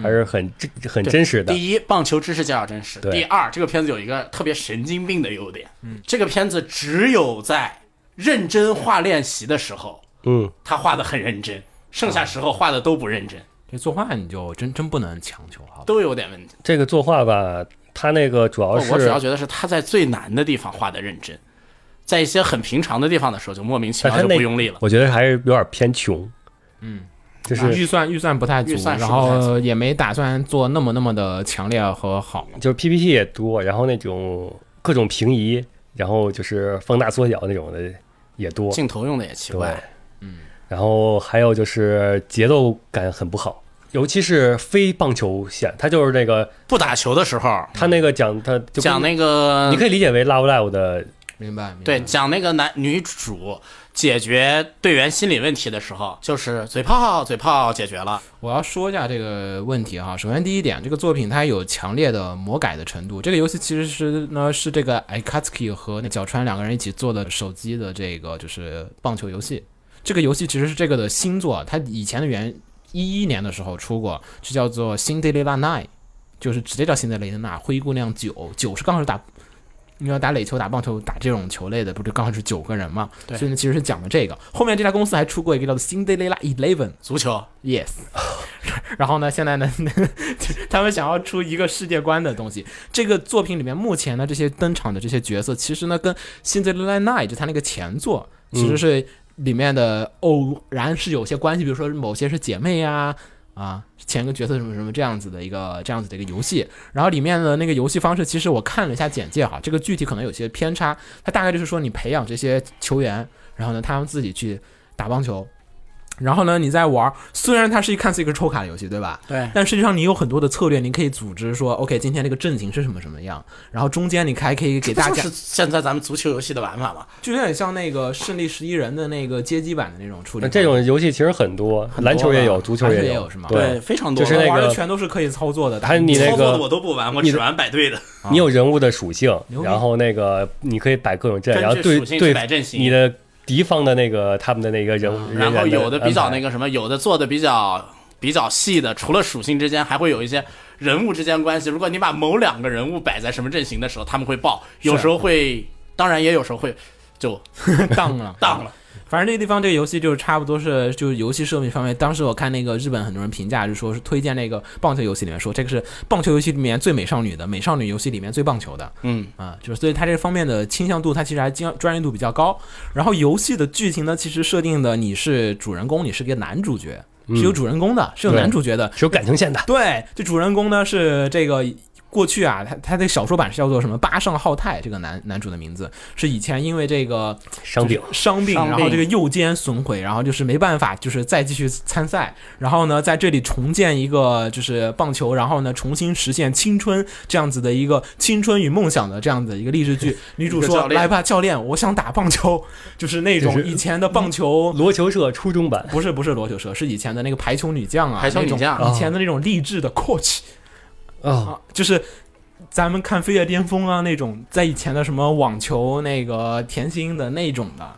还是很真很真实的。
第一，棒球知识介绍真实；
对
第二，这个片子有一个特别神经病的优点，嗯，这个片子只有在认真画练习的时候，
嗯，
他画的很认真，剩下时候画的都不认真，
这作画你就真真不能强求，好吧？
都有点问题。
这个作画吧，它那个主要
我
是
哦我主要觉得是他在最难的地方画的认真，在一些很平常的地方的时候就莫名其
但
妙
它
就
那
不用力了。
我觉得还是有点偏穷。嗯，
啊
就是
预算预算不太足
预算，是
然
不太足
后也没打算做那么那么的强烈和好。
就是 PPT 也多，然后那种各种平移，然后就是放大缩小那种的也多。
镜头用的也奇
对，
怪，
然后还有就是节奏感很不好，尤其是非棒球线，他就是那个
不打球的时候
他那个讲他就
嗯讲那个嗯
你可以理解为 Love Live 的
明白，明白
对，讲那个男女主解决队员心理问题的时候，就是嘴炮嘴炮解决了，
我要说一下这个问题哈。首先第一点，这个作品它有强烈的魔改的程度。这个游戏其实是呢是这个 Ikatsuki 和那角川两个人一起做的手机的这个就是棒球游戏。这个游戏其实是这个的新作，它以前的原一一年的时候出过，就叫做《辛德雷拉 nine》，就是直接叫《辛德雷拉》灰姑娘九九是刚好是打你要打垒球、打棒球、打这种球类的，不就刚好是九个人嘛？
对
所以呢，其实是讲的这个。后面这家公司还出过一个叫做 Cinderella Eleven，
足球
Yes，然后呢，现在呢， <laughs> 他们想要出一个世界观的东西。这个作品里面，目前呢这些登场的这些角色，其实呢跟《辛德勒奈》就他那个前作，其实是里面的偶然是有些关系，比如说某些是姐妹呀、啊，前一个角色什么什么这样子的一个这样子的一个游戏。然后里面的那个游戏方式，其实我看了一下简介哈，这个具体可能有些偏差。它大概就是说，你培养这些球员，然后呢他们自己去打棒球。然后呢，你在玩儿，虽然它是一看似一个抽卡的游戏，对吧？
对
但实际上你有很多的策略，你可以组织说，OK，今天这个阵型是什么什么样，然后中间你还可以给大
不
家
就是，现在咱们足球游戏的玩法嘛。
就有点像那个《胜利十一人》的那个街机版的那种处理
那
方式。
这种游戏其实很多，篮球也有，足球
篮球也
有
有是吗
对，
非常多。
就是那个
玩的全都是可以操作的，
还有你那
操作的我
个。
都不玩，我
你
只玩摆队的。
你有人物的属性
牛，逼
然后那个你可以摆各种阵，
根据
然后对
属性去摆阵
对
型嗯
你的敌方的那个他们的那个人物，
然后
人员
有的比较
安排
那个什么，有的做的比较比较细的，除了属性之间，还会有一些人物之间关系。如果你把某两个人物摆在什么阵型的时候，他们会爆，有
啊
时候会，当然也有时候会
<laughs>
就
当了 <laughs>
荡了。
反正这个地方这个游戏就是差不多是就是游戏设计方面，当时我看那个日本很多人评价是说是推荐那个棒球游戏里面说这个是棒球游戏里面最美少女的，美少女游戏里面最棒球的。
嗯
啊，就是所以它这方面的倾向度，它其实还经专业度比较高。然后游戏的剧情呢，其实设定的你是主人公，你是个男主角，是有主人公的，是有
嗯对
男主角的。
是有感情线的，
对，这主人公呢是这个过去啊，他他的小说版是叫做什么八上浩太，这个男男主的名字是以前因为这个
伤病
就是伤病，
伤病
然后这个右肩损毁，然后就是没办法，就是再继续参赛。然后呢，在这里重建一个就是棒球，然后呢重新实现青春这样子的一个青春与梦想的这样子一个励志
<laughs>
剧。女主
一个
说
教：“练
来吧，教练，我想打棒球，就是那种
就是
以前的棒球。”
嗯
罗球社初中版，
不是不是罗球社，是以前的那个排球女将啊，
排球女将
那种以前的那种励志的 coach
哦，
啊，就是咱们看《飞跃巅峰》啊那种，在以前的什么网球那个甜心的那种的。
嗯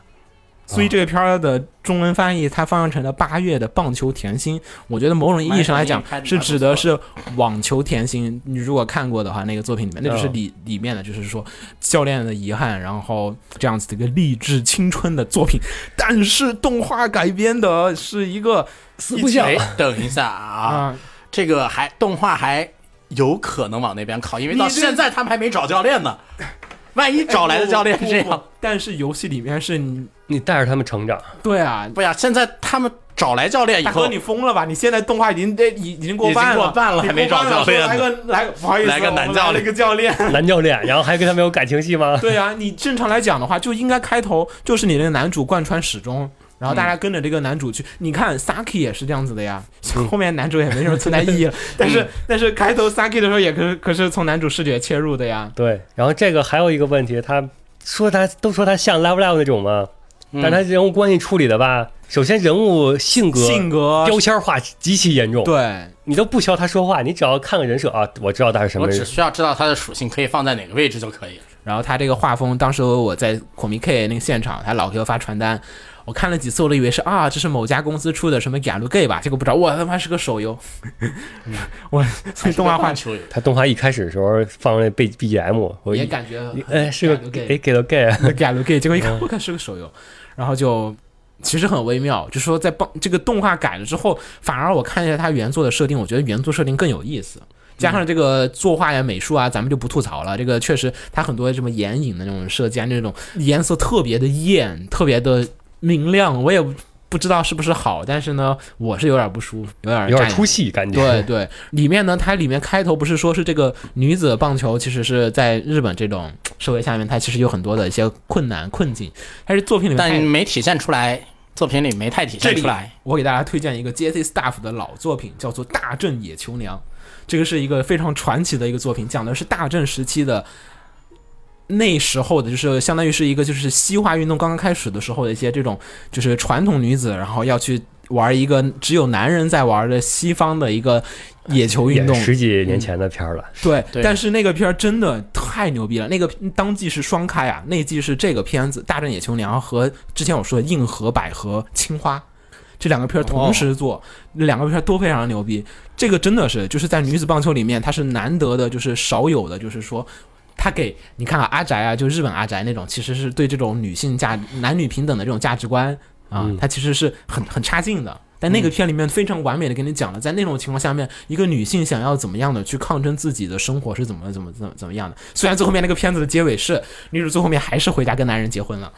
所以这个片儿的中文翻译，它翻译成了“八月的棒球甜心”。我觉得某种意义上来讲
蛮有意，义
是指的是网球甜心。你如果看过的话，那个作品里面，那
嗯
就是里里面的，就是说教练的遗憾，然后这样子的一个励志青春的作品。但是动画改编的是一个
四不像
哎，等一下啊，
<laughs> 啊，
这个还动画还有可能往那边靠，因为到现在他们还没找教练呢。万一找来的教练是这
哎不
样，。
但是游戏里面是你，
你带着他们成长，
对啊，
不呀，现在他们找来教练以
大
后
哥，你疯了吧？你现在动画已经这已已经过半了，
已经过半了
你
还没
过半
找
了
教练
说来个来个，不好意思，啊
来个男
我们来了个教练。
男教练， <laughs> 然后还跟他们有感情戏吗？
<laughs> 对啊，你正常来讲的话，就应该开头就是你那个男主贯穿始终。然后大
嗯
家跟着这个男主去，你看 Saki 也是这样子的呀，
嗯
后面男主也没什么存在意义了。 <laughs> 嗯但是但是开头 Saki 的时候也可是可是从男主视角切入的呀，
对，然后这个还有一个问题，他说他都说他像 Love Live 那种嘛，
嗯
但他人物关系处理的吧，首先人物性格
性格
标签化极其严重，
对
你都不需要他说话，你只要看个人设啊，我知道他是什
我
么
只
人，
需要知道它的属性可以放在哪个位置就可以了。
然后他这个画风，当时我在孔明 K 那个现场，他老给我发传单，我看了几次，我都以为是啊，这是某家公司出的什么雅鲁 gay 吧，结果不知道，我他妈是个手游，嗯 <laughs> 我所以动画 <laughs> 化
球员，
他动画一开始的时候放那 B B G M，我
也
一
感觉 <laughs>
哎是个
感觉 gay
哎给了 gay，
雅鲁 gay，结果一
嗯
看我看是个手游，然后就其实很微妙，就说在棒这个动画改了之后，反而我看一下它原作的设定，我觉得原作设定更有意思。加上这个作画呀、美术啊，咱们就不吐槽了。这个确实，它很多什么眼影的那种设计啊，那种颜色特别的艳，特别的明亮，我也不知道是不是好，但是呢，我是有点不舒服，有点
有点
占
出戏感觉，
对对，里面呢，它里面开头不是说是这个女子棒球，其实是在日本这种社会下面，它其实有很多的一些困难困境。但是作品里面它
但
也，
没体现出来，作品里没太体现出来。
我给大家推荐一个 J.C. Staff 的老作品，叫做《大正野球娘》，这个是一个非常传奇的一个作品，讲的是大正时期的。那时候的就是相当于是一个就是西化运动刚刚开始的时候的一些这种就是传统女子，然后要去玩一个只有男人在玩的西方的一个野球运
也
动，嗯
十几年前的片儿了，
对，
对
但是那个片儿真的太牛逼了。那个当季是双开啊，那季是这个片子《大战野球娘》和之前我说的《硬核百合青花》这两个片儿同时做，那两个片儿都非常牛逼。这个真的是就是在女子棒球里面，它是难得的，就是少有的，就是说他给你看啊，阿宅啊，就日本阿宅那种，其实是对这种女性价男女平等的这种价值观啊，他其实是很很差劲的。但那个片里面非常完美的跟你讲了，在那种情况下面，一个女性想要怎么样的去抗争自己的生活是怎么怎么怎么怎么样的。虽然最后面那个片子的结尾是女主最后面还是回家跟男人结婚了，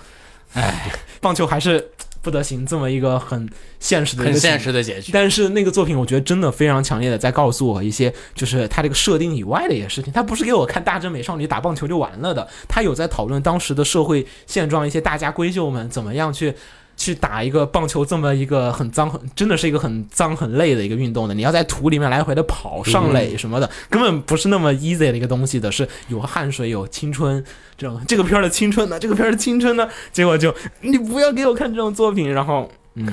哎，棒球还是不得行这么一个很现实的一个
很
情
现
况
实的结局。
但是那个作品，我觉得真的非常强烈的在告诉我一些，就是它这个设定以外的一些事情。它不是给我看大正美少女打棒球就完了的，它有在讨论当时的社会现状，一些大家闺秀们怎么样去。去打一个棒球这么一个很脏很真的是一个很脏很累的一个运动的，你要在土里面来回的跑上垒什么的，根本不是那么 easy 的一个东西的，是有汗水有青春这种这个片儿的青春呢，这个片儿的青春呢，结果就你不要给我看这种作品，然后嗯，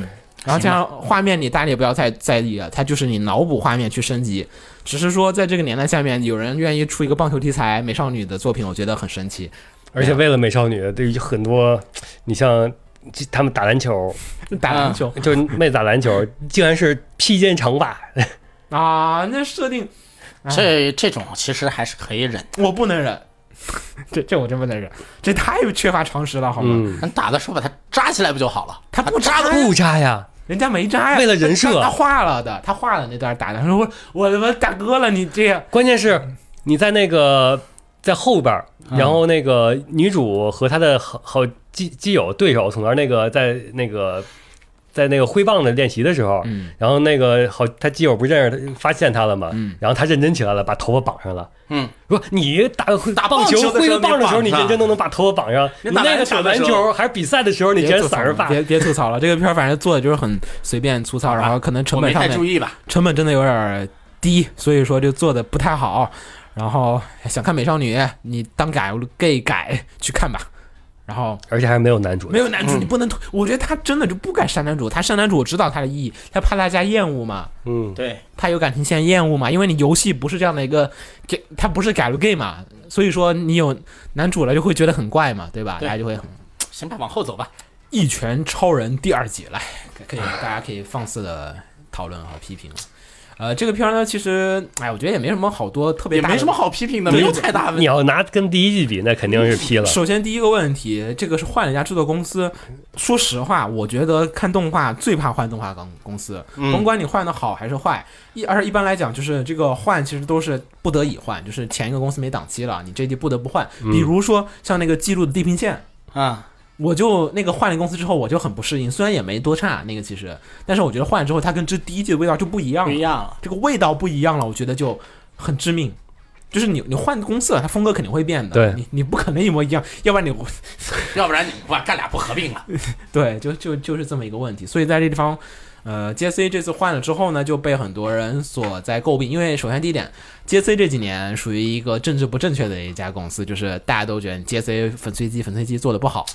然后加上画面，你大家也不要太在意了，啊它就是你脑补画面去升级。只是说，在这个年代下面，有人愿意出一个棒球题材美少女的作品，我觉得很神奇。
而且为了美少女，对于很多，你像这他们打篮球，
打篮球
就是妹打篮球，竟然是披肩长发， <laughs> 嗯
啊，那设定
这这种其实还是可以忍，
我不能忍，这这我真不能忍，这太缺乏常识了，好吗？
嗯，
咱打的时候把它扎起来不就好了？
他不扎的，
不扎呀，
人家没扎呀。
为了人设
他他画了的，他画了那段打的。他说我我他妈大哥了，你这样
关键是你在那个在后边儿，然后那个女主和她的好好基基友对手从那儿那个在那个在那个挥棒的练习的时候，
嗯
然后那个好她基友不认识她发现她了嘛，然后她认真起来了，把头发绑上了。
嗯，
说你打
打
棒
棒
球
球的
挥
时候
个棒的时候，
你绑
你
上
认真都能把头发绑上。你
你打
那个
篮球
打
的
篮
时候
球还是比赛的时候，你竟然
别吐槽
散
了
着发。
别别吐槽了，这个片儿反正做的就是很随便粗糙，然后可能成
我
本
没
上
太
面
注意吧？
成本真的有点儿低，所以说就做的不太好。然后想看美少女，你当改 gay 改去看吧。然后
而且还是没有男主的
没，有男主，你不能推。我觉得他真的就不该删男主，他删男主我知道他的意义，他怕大家厌恶嘛，
嗯，
对，
他有感情线厌恶嘛，因为你游戏不是这样的一个，给他不是改了 gay 嘛，所以说你有男主了就会觉得很怪嘛，对吧？
对
大家就会很。
行吧，往后走吧。
一拳超人第二集来，可以大家可以放肆的讨论和批评了。呃，这个片儿呢，其实哎，我觉得也没什么好多特别
也
大的，
没什么。好批评的，没有太大问
你
题。
要拿跟第一季比，那肯定是批了。
首先第一个问题，这个是换了一家制作公司。说实话，我觉得看动画最怕换动画公公司，
嗯
甭管你换的好还是坏，一而一般来讲，就是这个换其实都是不得已换，就是前一个公司没档期了，你这一季不得不换。比如说像那个记录的《地平线》，
啊，
我就那个换了公司之后，我就很不适应，虽然也没多差那个其实，但是我觉得换了之后，它跟这第一季的味道就不一样
不
了，
一样了。
这个味道不一样了，我觉得就很致命。就是你你换公司了，它风格肯定会变的，
对
你你不可能一模一样，要不然你
要不然你哇，干俩不合并了。
对，就就就是这么一个问题。所以在这地方，呃，JC 这次换了之后呢，就被很多人所在诟病。因为首先第一点，JC 这几年属于一个政治不正确的一家公司，就是大家都觉得 JC 粉碎机粉碎机做的不好。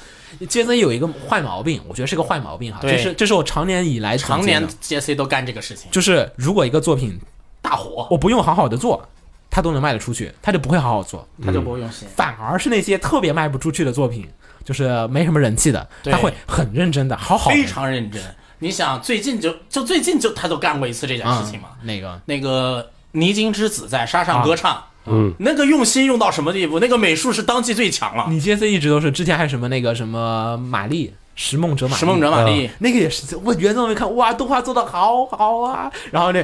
JC 有一个坏毛病，我觉得是个坏毛病哈，
对
这是这是我常年以来总
常
结
年
的
JC 都干这个事情，
就是如果一个作品
大火，
我不用好好的做，它都能卖得出去，它就不会好好做。
他就不会用心。
反而是那些特别卖不出去的作品，就是没什么人气的，
对
他会很认真的，好好地
非常认真。你想，最近就就最近就他都干过一次这件
啊
事情嘛？
那个
那个泥金之子在沙上歌唱，
嗯，
那个用心用到什么地步？那个美术是当季最强了，
你 J C 一直都是，之前还有什么那个什么玛丽，拾梦者玛丽，
石梦者玛丽，
那个也是，我原作没看，哇，动画做的好好啊。然后那，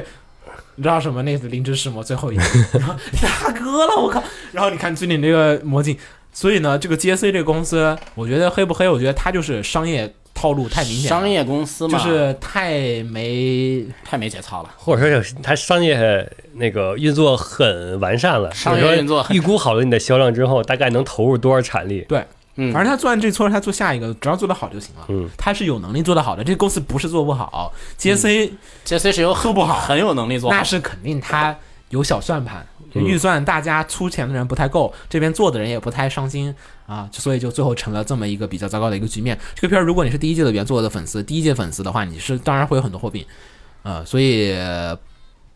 你知道什么？那次灵芝是魔最后
<laughs>
一个，然后大哥了，我靠！然后你看最近这个魔镜，所以呢，这个 J C 这个公司，我觉得黑不黑？我觉得它就是商业套路太明显了，
商业公司
就
嘛，
是太没
太没节操了。
或者说是它商业那个运作很完善了，
商业
比如说
运作很
预估好了你的销量之后，大概能投入多少产力？
对。
嗯
反正他做完这撮，他做下一个，只要做得好就行了。
嗯，
他是有能力做得好的，这个公司不是做不好。J
嗯
C
JC 是有
做不好
很有能力做好
那是肯定他有小算盘，
嗯
预算大家出钱的人不太够，这边做的人也不太上心啊，所以就最后成了这么一个比较糟糕的一个局面。这个片儿如果你是第一届的原作的粉丝，第一届粉丝的话，你是啊当然会有很多诟病，呃，所以呃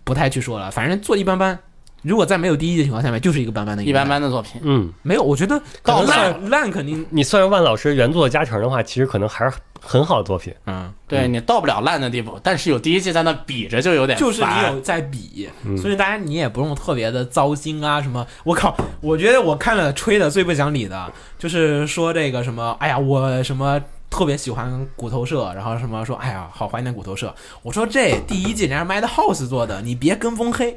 不太去说了，反正做一般般。如果在没有第一季的情况下面，就是一个般般的
一般，般的作品。
嗯，
没有，我觉得可
到
能
烂
烂烂肯定，
你算上万老师原作加成的话，其实可能还是很好的作品。
嗯，
对你到不了烂的地步，但是有第一季在那比着就有点
就是你
烦嗯
有在比，所以大家你也不用特别的糟心啊什么。我靠，我觉得我看了吹的最不讲理的，就是说这个什么，哎呀，我什么。特别喜欢骨头社，然后什么说，哎呀，好怀念骨头社。我说这第一季人家 Madhouse 做的，你别跟风黑。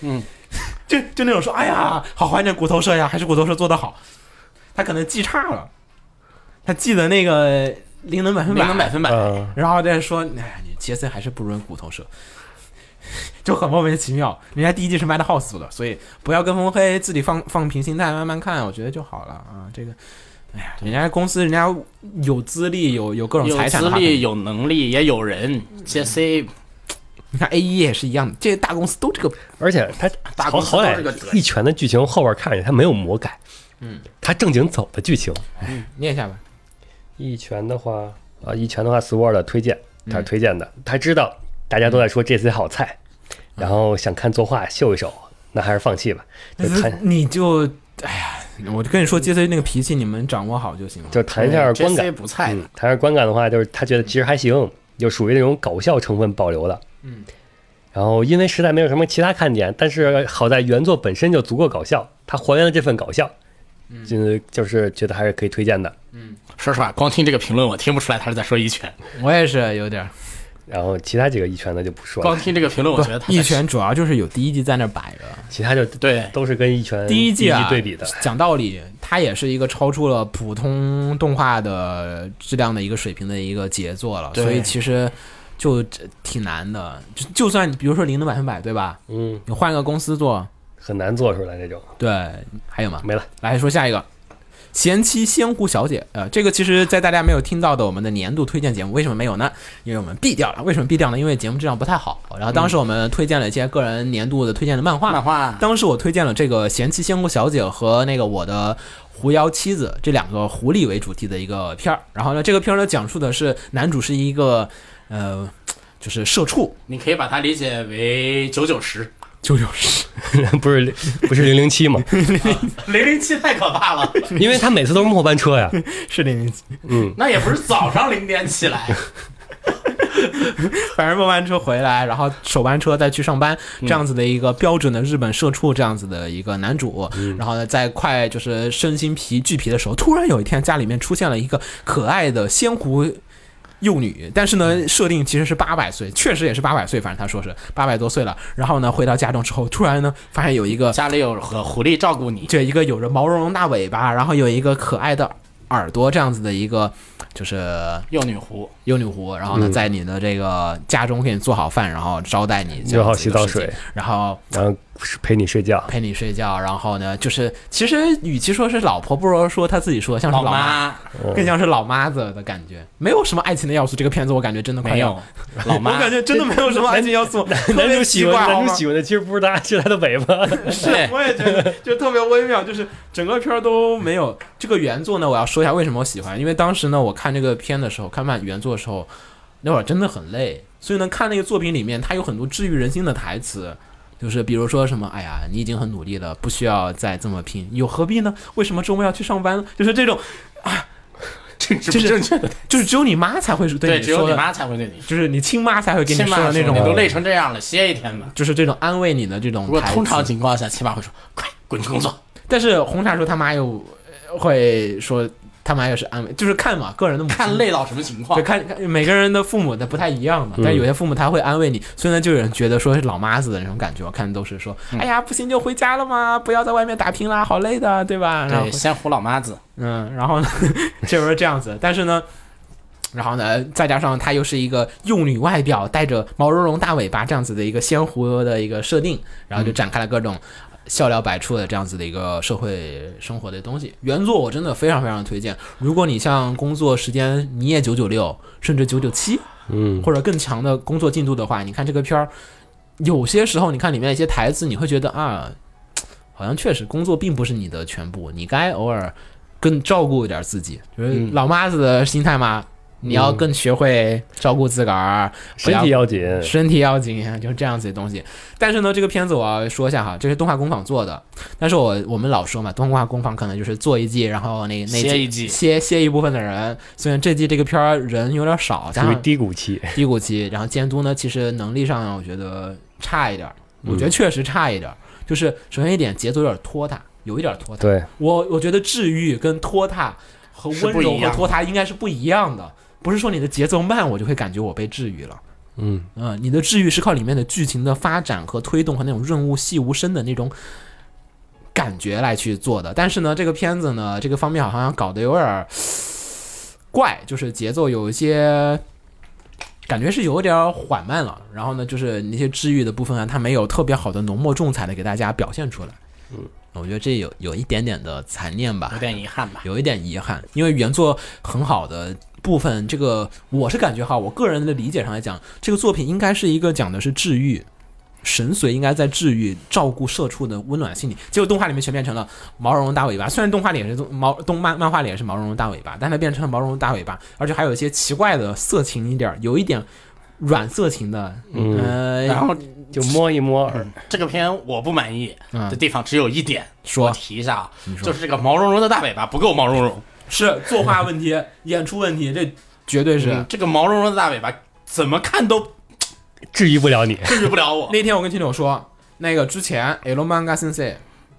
嗯，
<laughs> 就就那种说，哎呀，好怀念骨头社呀，还是骨头社做的好。他可能记差了，他记得那个灵能百分百，
零能百分百。
嗯，
然后再说，哎，你杰森还是不如骨头社， <laughs> 就很莫名其妙。人家第一季是 Madhouse 做的，所以不要跟风黑，自己放放平心态，慢慢看，我觉得就好了啊。这个，哎呀，人家公司人家有资历，有有各种
有
财产
资
的话，
历、有能力，也有人。JC
嗯你看 A 一也是一样的，这些大公司都这个
而且他
大
好
公司
好
都是
歹
个德行
一拳的剧情后边看着他没有魔改，嗯，他正经走的剧情。
念一下吧。
一拳的话啊，一拳的话，Sword 推荐，他是推荐的，他知道大家都在说这次好菜，然后想看作画秀一手，那还是放弃吧，就谈
你就，哎呀，我就跟你说，杰森那个脾气你们掌握好就行了。
就谈一下观感
，JC。不菜
嗯，谈一下观感的话，就是他觉得其实还行，就属于那种搞笑成分保留的。
嗯，
然后因为实在没有什么其他看点，但是好在原作本身就足够搞笑，他还原了这份搞笑，
嗯
就就是觉得还是可以推荐的。
说实话，光听这个评论，我听不出来他是在说一拳。
我也是有点儿，
然后其他几个一拳的就不说
光
嗯
了，
听这个评论，我觉得他在
一拳主要就是有第一季在那摆着。
其他就
对
都是跟一拳
第一季啊，
对比的。
讲道理，它也是一个超出了普通动画的质量的一个水平的一个杰作了，
对
所以其实就这挺难的。就就算比如说零的百分百，对吧？
嗯，
你换个公司做，
很难做出来这种。
对，还有吗？
没了， <laughs>
来说下一个。贤妻仙狐小姐，呃，这个其实，在大家没有听到的我们的年度推荐节目，为什么没有呢？因为我们毙掉了。为什么毙掉呢？因为节目质量不太好。然后当时我们推荐了一些个人年度的推荐的漫画，
漫画
当时我推荐了这个《贤妻仙狐小姐》和那个我的狐妖妻子这两个狐狸为主题的一个片儿。然后呢，这个片儿呢讲述的是男主是一个呃，就是社畜，
你可以把它理解为九九
<laughs>
十，
就就是
不是不是零零
<laughs>
七嘛？
零零七太可怕了，
因为他每次都是末
<laughs>
班车呀。
是零零七，
那也不是早上零点起来，
反正末班车回来，然后首班车再去上班，这样子的一个标准的日本社畜这样子的一个男主。然后呢，在快就是身心疲俱疲的时候，突然有一天家里面出现了一个可爱的仙狐幼女，但是呢，设定其实是八百岁，确实也是八百岁，反正他说是八百多岁了。然后呢，回到家中之后，突然呢，发现有一个
家里有个狐狸照顾你，
这一个有着毛茸茸大尾巴，然后有一个可爱的耳朵这样子的一个，就是
幼女狐，
幽女湖，然后
嗯
呢，在你的这个家中给你做好饭，然后招待你，
约好洗澡水，
然后
然后陪你睡觉，
陪你睡觉，然后呢，就是其实与其说是老婆，不如说她自己说像是
老
老妈，
妈
更像是老妈子的感觉，没有什么爱情的要素。这个片子我感觉真的快
没
要
有，老 <laughs> 妈
我感觉真的没有什么爱情要素，
男
<laughs> 男
主喜欢男主喜欢的其实不是他，是他的尾
<laughs>
巴。
对
我也觉得就特别微妙，就是整个片儿都没有这个原作呢。我要说一下为什么我喜欢，因为当时呢，我看这个片的时候，看漫原作的时候，那会儿真的很累，所以呢，看那个作品里面，它有很多治愈人心的台词。就是比如说什么，哎呀，你已经很努力了，不需要再这么拼，又何必呢？为什么周末要去上班呢？就是这种，
政治
就
不
是
正确的，
就是只有你妈才会
对，
你
只有
说
你
的，
妈才会对你说，
就是你亲妈才会给你
亲
说
妈
的那
说你
种，
都累成这样了，歇一天吧。
就是这种安慰你的这种
呃不过
台词。
通常情况下，亲妈会说：“快滚去工 <laughs> 作。
但是红茶说他妈又呃会说他妈又是安慰，就是看嘛，个人的”母亲
看累到什么情况
对，？看看每个人的父母的不太一样嘛，但有些父母他会安慰你，所以呢，就有人觉得说是老妈子的那种感觉，我看都是说，哎呀，不行就回家了嘛，不要在外面打拼啦，好累的，对吧？然后
对，先胡老妈子，
嗯，然后呢，就是这样子，但是呢。然后呢，再加上她又是一个幼女外表，带着毛茸茸大尾巴这样子的一个鲜活的一个设定，然后就展开了各种笑料百出的这样子的一个社会生活的东西。原作我真的非常非常推荐，如果你像工作时间你也九九六，甚至九九七，
嗯，
或者更强的工作进度的话，你看这个片儿，有些时候你看里面一些台词，你会觉得啊，好像确实工作并不是你的
嗯
全部，你该偶尔更照顾一点自己。就是老妈子的心态嘛，你要更学会照顾自个儿，不
身体要紧，
身体要紧， <laughs> 就是这样子的东西。但是呢，这个片子我要说一下哈，这是动画工坊做的。但是我我们老说嘛，动画工坊可能就是做一季，然后那那
歇一季
歇歇一部分的人。虽然这季这个片儿人有点少，加
属于
上
低谷期。
低谷期，然后监督呢，其实能力上我觉得差一点儿，我
嗯
觉得确实差一点儿。就是首先一点，节奏有点拖沓，有一点拖沓。
对，
我我觉得治愈跟拖沓和
是
温
不
柔
一
和
样
拖沓应该是不一样的，不是说你的节奏慢，我就会感觉我被治愈了。
嗯，
嗯，你的治愈是靠里面的剧情的发展和推动和那种润物细无声的那种感觉来去做的。但是呢，这个片子呢，这个方面好像搞得有点儿 <sighs> 怪，就是节奏有一些感觉是有点儿缓慢了。然后呢，就是那些治愈的部分啊，它没有特别好的浓墨重彩的给大家表现出来。嗯，我觉得这有有一点点的残念吧，
有点遗憾吧。
有一点遗憾，因为原作很好的部分，这个我是感觉哈，我个人的理解上来讲，这个作品应该是一个讲的是治愈。神髓应该在治愈、照顾社畜的温暖心理，结果动画里面全变成了毛茸茸大尾巴。虽然动画里也是动毛动漫漫画里也是毛茸茸大尾巴，但它变成了毛茸茸大尾巴，而且还有一些奇怪的色情一点儿，有一点软色情的，
嗯
呃，
然后
就摸一摸，
这个片我不满意
嗯
的地方只有一点，
说
我提一下啊
你，说
就是这个毛茸茸的大尾巴不够毛茸茸，
是作画问题、演出问题，这绝对是。
嗯这个毛茸茸的大尾巴怎么看都
治愈不了你。
治愈不了我。嗯
那天我跟听友说，那个之前哎 L Manga Sensei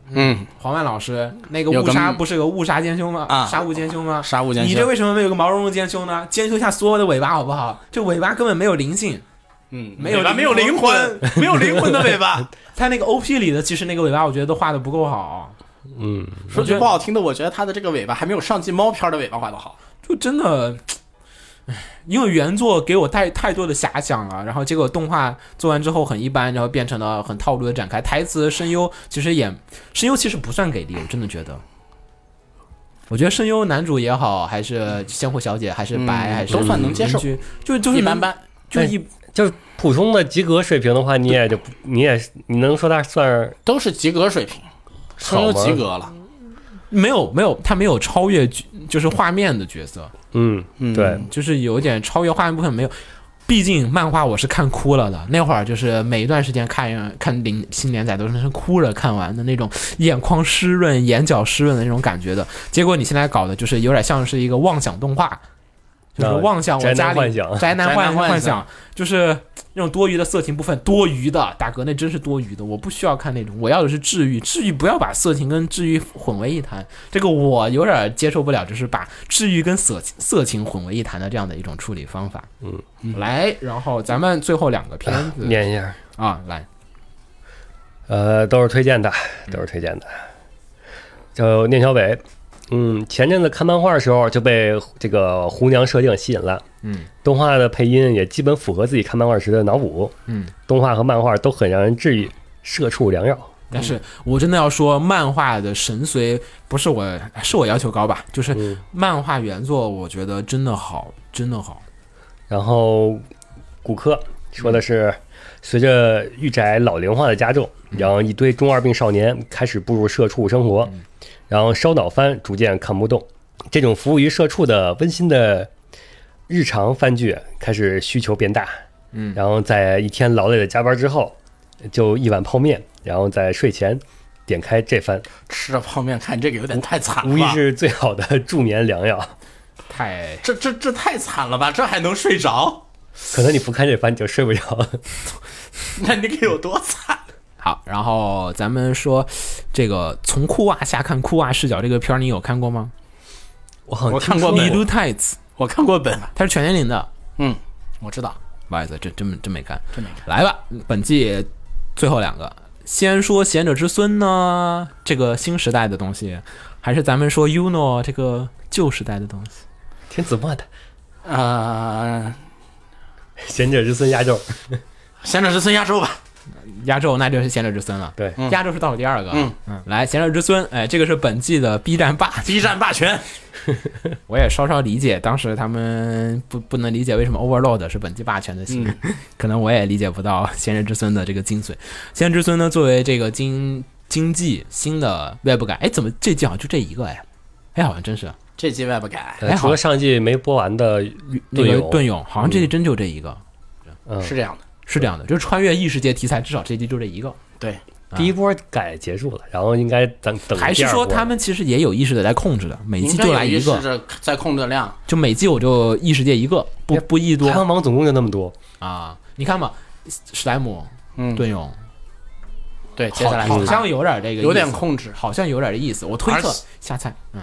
嗯，
黄万老师那个
有
误
个嗯
杀不是有个误杀兼修吗？
啊
杀戮兼修吗？
杀无间
你
修
这为什么没有个毛茸茸兼修呢？兼修一下所有的尾巴好不好？这尾巴根本没有灵性。
嗯，
没有
尾巴没有
灵
灵
魂
魂，没有灵魂的尾 <laughs> 巴。
他那个 OP 里的，其实那个尾巴我觉得都画的不够好，
嗯，
说
我觉
句
得
不好听的，我觉得它的这个尾巴还没有上季猫片的尾巴画的好。
就真的，唉因为原作给我太太多的遐想了，然后结果动画做完之后很一般，然后变成了很套路的展开，台词声优其实也声优其实不算给力，我真的觉得。我觉得声优男主也好，还是千户小姐，还是白，
嗯
还是
都算能接受
邻居，就就是
一般
能，
般。
就一
就是普通的及格水平的话，你也就不你也你能说他算是
都是及格水平，声优
好吗
及格了。
没有没有，他没有超越角就是画面的角色，
嗯，对，
就是有一点超越画面部分没有。毕竟漫画我是看哭了的，那会儿就是每一段时间看看零新连载都是哭着看完的那种，眼眶湿润、眼角湿润的那种感觉的。结果你现在搞的就是有点像是一个妄想动画，就是
啊
妄想我
宅男
家里
幻想
宅男
宅男
幻
幻
幻
想
想，就是那种多余的色情部分，多余的大哥那真是多余的，我不需要看那种，我要的是治愈，治愈不要把色情跟治愈混为一谈，这个我有点接受不了，就是把治愈跟色色情混为一谈的这样的一种处理方法。嗯，来，然后咱们最后两个片子
念一下，
啊，来，
呃，都是推荐的，都是推荐的。就念小北，嗯，前阵子看漫画的时候就被这个红娘设定吸引了，
嗯，
动画的配音也基本符合自己看漫画时的脑补，
嗯，
动画和漫画都很让人治愈，社畜良药。
但是我真的要说，漫画的神髓不是我是我要求高吧，就是
嗯
漫画原作，我觉得真的好，真的好。
然后骨科说的是，随着御宅老龄化的加重，然后一堆中二病少年开始步入社畜生活，然后烧脑番逐渐看不动，这种服务于社畜的温馨的日常番剧开始需求变大，
嗯
然后在一天劳累的加班之后，就一碗泡面，然后在睡前点开这番，
吃着泡面看这个有点太惨
无疑
了，
是最好的助眠良药。
太
这这这太惨了吧？这还能睡着？ <laughs>
可能你不看这番你就睡不着。
那你得有多惨？
好，然后咱们说这个从裤袜下看裤袜视角这个片儿，你有看过吗？
我好像
我看过
听说
《Blue
迷
Tights》，
我看过本，
它是全年龄的，
嗯，我知道，
不好意思，真真没真没看。
真没看。
来吧，本季最后两个，先说《贤者之孙》呢，这个新时代的东西，还是咱们说《Uno》这个旧时代的东西？
天子墨的
呃，
《贤者之孙》压轴。
贤者之孙压轴吧，
压轴那就是《贤者之孙》了。
对
压轴是倒数第二个。
嗯
嗯，来，《贤者之孙》，哎，这个是本季的 B 站霸气
激战霸权。
我也稍稍理解，当时他们不不能理解为什么 Overload 是本季霸权的新，
嗯
<laughs> 可能我也理解不到《贤人之孙》的这个精髓。《贤人之孙》呢，作为这个经经济新的 Web 感，哎，怎么这季好像就这一个哎？哎，好像真是
这季外不改，
呃
还好
除了上季没播完的，
那个
盾勇
盾勇，好像这季真就这一个，
嗯
是这样的。
是这样的，就是穿越异世界题材，至少这季就这一个。
对，
啊第一波改结束了，然后应该等等
啊还
第
是
二
说
波
他们其实也有意识的在控制的，每季
应该
就来
有
一
意识
个，
着在控制量，
就每季我就异世界一个，不
哎
不一
嗯 <laughs>
排行
多
榜总共就那么多，
啊。你看嘛，史莱姆、
嗯，
盾勇，
对，接
好
下来
好
看
像有点这个，
有点，控制，
好像有点这意思。我推测
而且
瞎猜，嗯。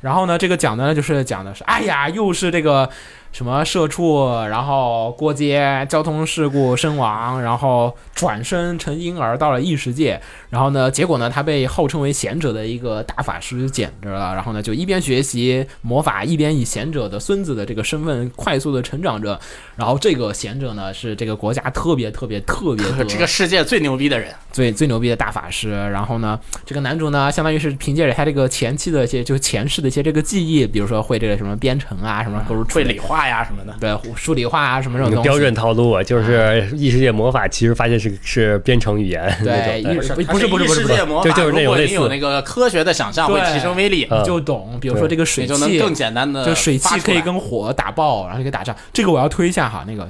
然后呢，这个讲的呢，就是讲的是，哎呀，又是这个什么社畜，然后过街，交通事故身亡，然后转身成婴儿到了异世界，然后呢，结果呢，他被号称为贤者的一个大法师捡着了，然后呢，就一边学习魔法，一边以贤者的孙子的这个身份快速的成长着。然后这个贤者呢，是这个国家特别特别特别
这个世界最牛逼的人，
最最牛逼的大法师。然后呢，这个男主呢，相当于是凭借着他这个前期的一些，就是前世的一些这个记忆，比如说会这个什么编程啊，什么或者
会理化呀什么的。
对数理化啊，什么这种
那
东
个
西。
标准套路啊，就是异世界魔法，其实发现是是编程语言那
对，
种。
一
对
不不是不是不是
世
不是
界，魔
就
法，
就是那
如
种
果
类
你
似
有那个科学的想象，会
对呃
提升威力，
嗯
你就懂。比如说
对
这个水
你就能
汽，
更简单的
就水汽可以跟火打爆，然后就可以打仗。这个我要推一下哈，那个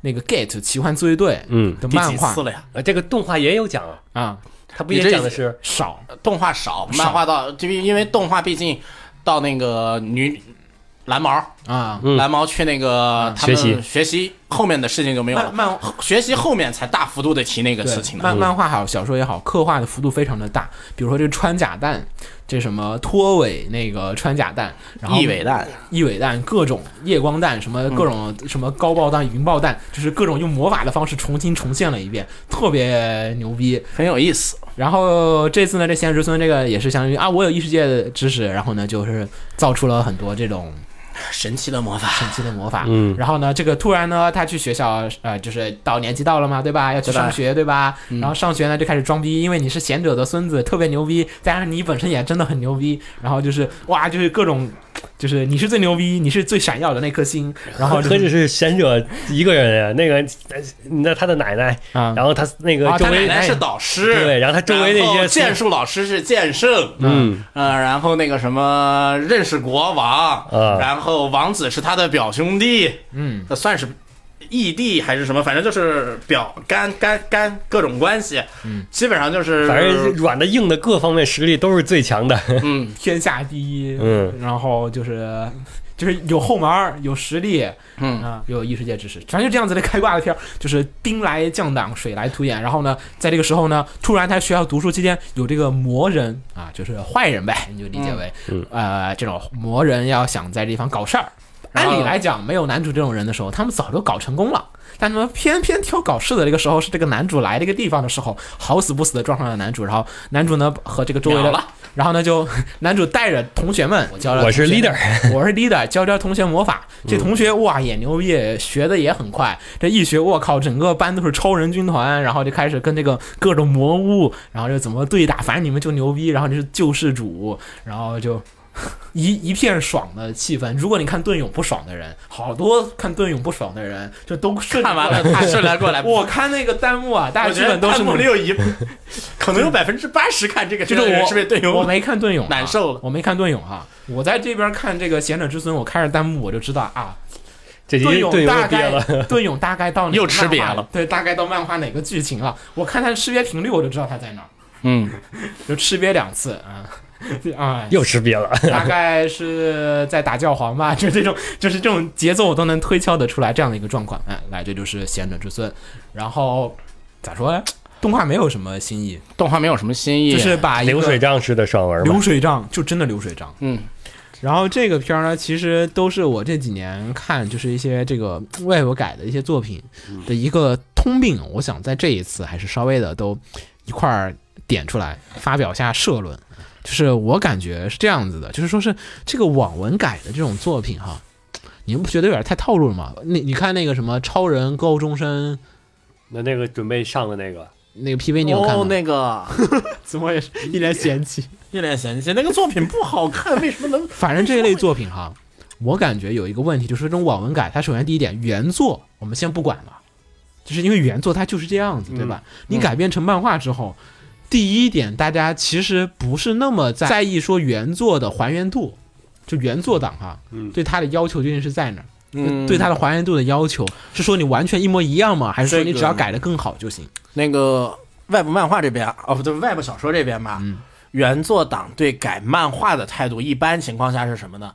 那个 Gate 奇幻自卫队
嗯，
的
第
漫
几
画
次了呀？
呃，这个动画也有讲啊，
啊、
它不
你
也
这
讲的是
少
动画少，
少
漫画到就因为动画毕竟到那个女蓝毛，
啊。
嗯
蓝毛去那
嗯
个他们
学习
学习后面的事情就没有了
漫，漫
学习后面才大幅度的提那个
对
事情的。
漫
嗯
漫画好，小说也好，刻画的幅度非常的大。比如说这个穿甲弹，这什么拖尾那个穿甲弹，然后
一尾嗯蛋，
一尾弹，各种夜光弹，什么各种、什么高爆弹、云爆弹，就是各种用魔法的方式重新重现了一遍，特别牛逼。
很有意思。
然后这次呢，这贤侄孙这个也是相当于啊，我有异世界的知识，然后呢就是造出了很多这种
神奇的魔法，
神奇的魔法。
嗯
然后呢，这个突然呢，他去学校，呃，就是到年纪到了嘛，对吧？嗯要去上学，对吧？然后上学呢就开始装逼，因为你是贤者的孙子，特别牛逼，加上你本身也真的很牛逼，然后就是哇，就是各种，就是你是最牛逼，你是最闪耀的那颗星，然后哦就
何
是
止是贤者一个人啊，那个呃那他的奶奶，
啊
然后他那个
啊
周
他
他
奶
围哎
奶是导师，
对然后他周围那些
然后剑术老师是剑圣，
嗯，
呃，然后那个什么认识国王，
啊
然后王子是他的表兄弟，
嗯，
呃算是异地还是什么，反正就是表干干干各种关系，嗯，基本上就是
反正软的硬的各方面实力都是最强的。
嗯，
天下第一，
嗯，
然后就是就是有后门儿，有实力，
嗯
啊，有异世界知识，反正就这样子的开挂的片儿，就是兵来将挡，水来土掩。然后呢，在这个时候呢，突然他学校读书期间有这个魔人啊，就是坏人呗，你就理解为、
嗯
呃这种魔人要想在这地方搞事儿。
然后
按理来讲，没有男主这种人的时候，他们早就搞成功了。但他们偏偏挑搞事的这个时候，是这个男主来这个地方的时候，好死不死的撞上了男主，然后男主呢和这个周围
秒
的
了，
然后呢就 <laughs> 男主带着同学们，我教了
我是
同学 <laughs>
leader，
我是 leader，教教同学魔法。
嗯
这同学哇也牛逼，学的也很快。这一学，我靠，整个班都是超人军团，然后就开始跟这个各种魔物，然后就怎么对打，反正你们就牛逼，然后就是救世主，然后就 <laughs> 一一片爽的气氛。如果你看盾勇不爽的人，好多看盾勇不爽的人就都顺着
看完了
过来
他顺来过来
<laughs> 我看那个弹幕啊，大家
我
基
觉得
本都是
弹幕
那
里
种
有一，
<laughs>
可能有百分之八十看这个，
就是
人
哎我
是被队
我
友
没看盾勇、啊，
难受了
我没看盾勇啊，我在这边看这个贤者之孙，我开着弹幕我就知道啊，
<laughs> 这集
盾勇
盾又
大
憋
<laughs>
了，
概盾勇大概到哪个
又吃瘪
漫画
了，
对，大概到漫画哪个剧情了？我看他的识别频率，我就知道他在哪儿，
嗯，
<laughs> 就吃瘪两次啊 <laughs>
<laughs>
啊，
又吃瘪了。
大概是在打教皇吧，就这种，就是这种节奏我都能推敲得出来这样的一个状况。哎，来，这就是贤者之孙，然后咋说呢？动画没有什么新意，
动画没有什么新意，
就是把一个
<laughs> 流水账式的爽文嘛
流，水账，就真的流水账。
嗯，
然后这个片儿呢，其实都是我这几年看，就是一些这个外国改的一些作品的一个通病。我想在这一次还是稍微的都一块儿点出来，发表下社论。就是我感觉是这样子的，就是说是这个网文改的这种作品哈，你们不觉得有点太套路了吗？你你看那个什么超人高中生
那那个准备上的那个，
那个 PV，你有看吗？
哦，那个
<laughs> 怎么也是一脸嫌弃。
一脸嫌弃，那个作品不好看，为什么能？
反正这一类作品哈，我感觉有一个问题，就是这种网文改，它首先第一点，原作我们先不管了，就是因为原作它就是这样子，对
嗯
吧？你改编成漫画之后，第一点，大家其实不是那么在在意说原作的还原度。就原作党哈、啊
嗯
对它的要求究竟是在哪儿？
嗯
对它的还原度的要求是说你完全一模一样吗？还是说
这
你
个
只要改的更好就行？
那个外部漫画这边，哦不对，外部小说这边吧，
嗯
原作党对改漫画的态度，一般情况下是什么呢？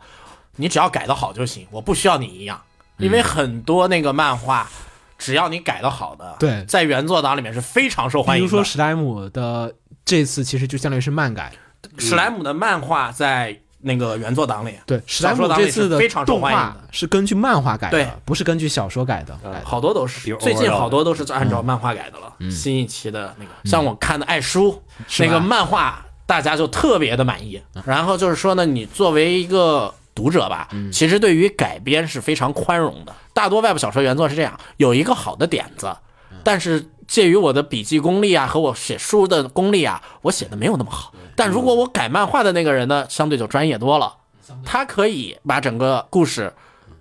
你只要改得好就行，我不需要你一样，因
嗯
为很多那个漫画，只要你改得好的，
对
在原作党里面是非常受欢
比
迎的。
如说史莱姆的这次其实就相当于是漫改，
史莱姆的漫画在那个原作党里，
对，史莱
小
姆
说党
这
里
次
是
的
非常受
动
欢迎
画
的。
是根据漫画改
对嗯
的，不是根据小说改的。改的
好多都
比
是
如，
最近
Overlord
好多都是按照漫画改的了。新一期的那个，像我看的《爱书》
是吧
那个漫画，大家就特别的满意。然后就是说呢，你作为一个读者吧，其实对于改编是非常宽容的。大多外部小说原作是这样，有一个好的点子，但是介于我的笔记功力啊和我写书的功力啊，我写的没有那么好。但如果我改漫画的那个人呢，相对就专业多了，他可以把整个故事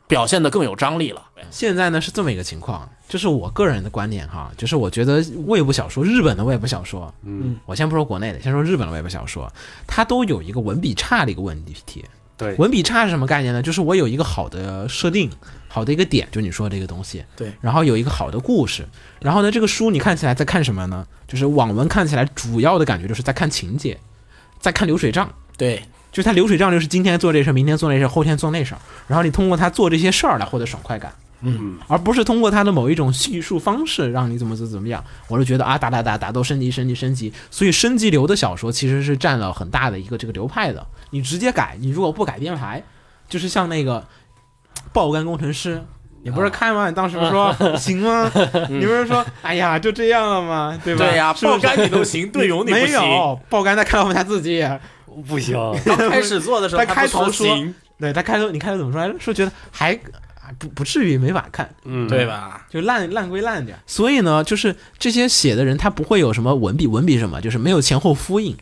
表现得更有张力了。
现在呢是这么一个情况，这是我个人的观点哈，就是我觉得外部小说，日本的外部小说，嗯，我先不说国内的，先说日本的外部小说，它都有一个文笔差的一个问题。
对
文笔差是什么概念呢？就是我有一个好的设定，好的一个点，就你说的这个东西，
对
然后有一个好的故事，然后呢，这个书你看起来在看什么呢？就是网文看起来主要的感觉就是在看情节，在看流水账，
对，
就是他流水账就是今天做这事儿，明天做那事儿，后天做那事儿，然后你通过他做这些事儿来获得爽快感，嗯，而不是通过他的某一种叙述方式让你怎么怎么怎么样。我是觉得啊，打打打打斗升级升级升级，所以升级流的小说其实是占了很大的一个这个流派的。你直接改，你如果不改编排，就是像那个爆肝工程师。你不是看吗？你当时说行吗？你不是说哎呀就这样了吗？对吧？
对呀、
是不
爆
是
肝你都行，队友你不
没
行。
有爆肝在看我们他自己，
不行，
刚开始做的时候，
他开头说
行，
对他开头，你开头怎么说来着？说觉得还啊不不至于没法看，
嗯，
对？吧？
就烂烂归烂点儿。所以呢，就是这些写的人，他不会有什么文笔，文笔什么，就是没有前后呼应，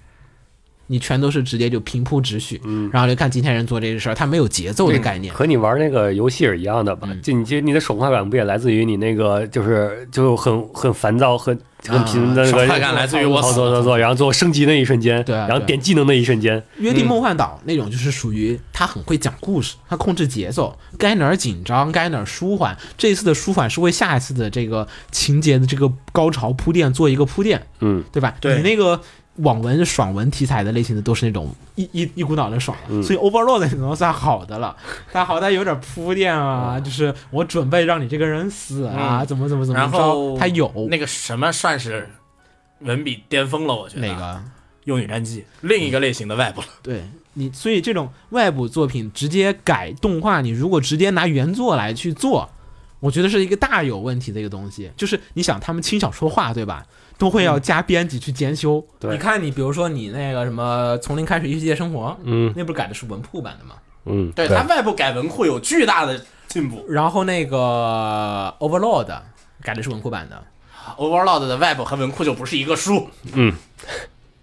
你全都是直接就平铺直叙，然后就看今天人做这个事儿，他没有节奏的概念。
和你玩那个游戏是一样的
嗯
吧？就你这你的爽快感不也来自于你那个就是就很很烦躁很。很频的那个
爽快感来自
<laughs>
于我
操
死
作操作，然后最后升级那一瞬间，
对啊
然后
对啊
点技能那一瞬间，
约定梦幻岛》那种就是属于他很会讲故事，他控制节奏，该哪儿紧张，该哪儿舒缓。这一次的舒缓是为下一次的这个情节的这个高潮铺垫做一个铺垫，
嗯，
对吧？
对
你那个网文爽文题材的类型的都是那种一一一股脑的爽，
嗯
所以 Overlord 那种算好的
<laughs>
了，它好歹有点铺垫啊，就是我准备让你这个人死啊，
嗯
怎么怎么怎么
然
着，
后
它有
那个什么算是文笔巅峰了，我觉得
哪个？
幼女战嗯记另一个类型的外部了。
对你，所以这种外部作品直接改动画，你如果直接拿原作来去做，我觉得是一个大有问题的一个东西。就是你想，他们轻小说化，对吧？都会要加编辑去监修。
嗯对
你看，你比如说你那个什么《从零开始异世界生活》，
嗯
那不是改的是文库版的吗？
嗯，
对它外部改文库有巨大的进步
然后那个 Overlord 改的是文库版的。
，Overlord 的外部和文库就不是一个书，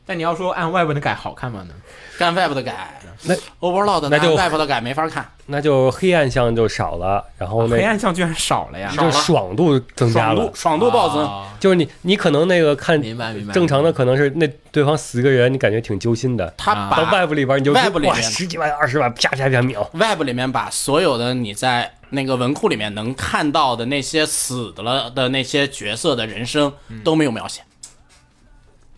但你要说按外文的改好看吗呢？
干外部的改，
那
Overlord
那
拿
就
外部的改没法看，
那就黑暗项就少了，然后
哦
黑
那
暗向居然少了呀！哦
少
就
了
爽度增加
爽
了
度，爽度暴增。
啊
就是你你可能那个看
明白明白。
正常的可能是那对方死个人，你感觉挺揪心的。
他
到
把
外部里边你就
外部里
哇
面
十几万二十万啪啪啪秒，
Web 里面把所有的你在那个文库里面能看到的那些死了的那些角色的人生都没有描写，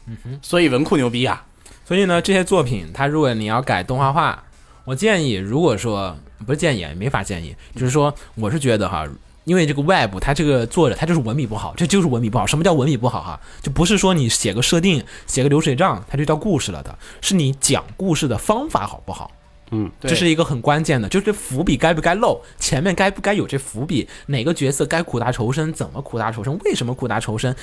嗯哼，所以文库牛逼啊！
所以呢，这些作品，它如果你要改动画化，我建议，如果说不是建议，没法建议，就是说，我是觉得哈，因为这个 Web 它这个作者他就是文笔不好，这就是文笔不好。什么叫文笔不好哈？就不是说你写个设定、写个流水账，它就叫故事了的，是你讲故事的方法好不好。
嗯，
对
这是一个很关键的，就是这伏笔该不该露，前面该不该有这伏笔，哪个角色该苦大仇深，怎么苦大仇深，为什么苦大仇深？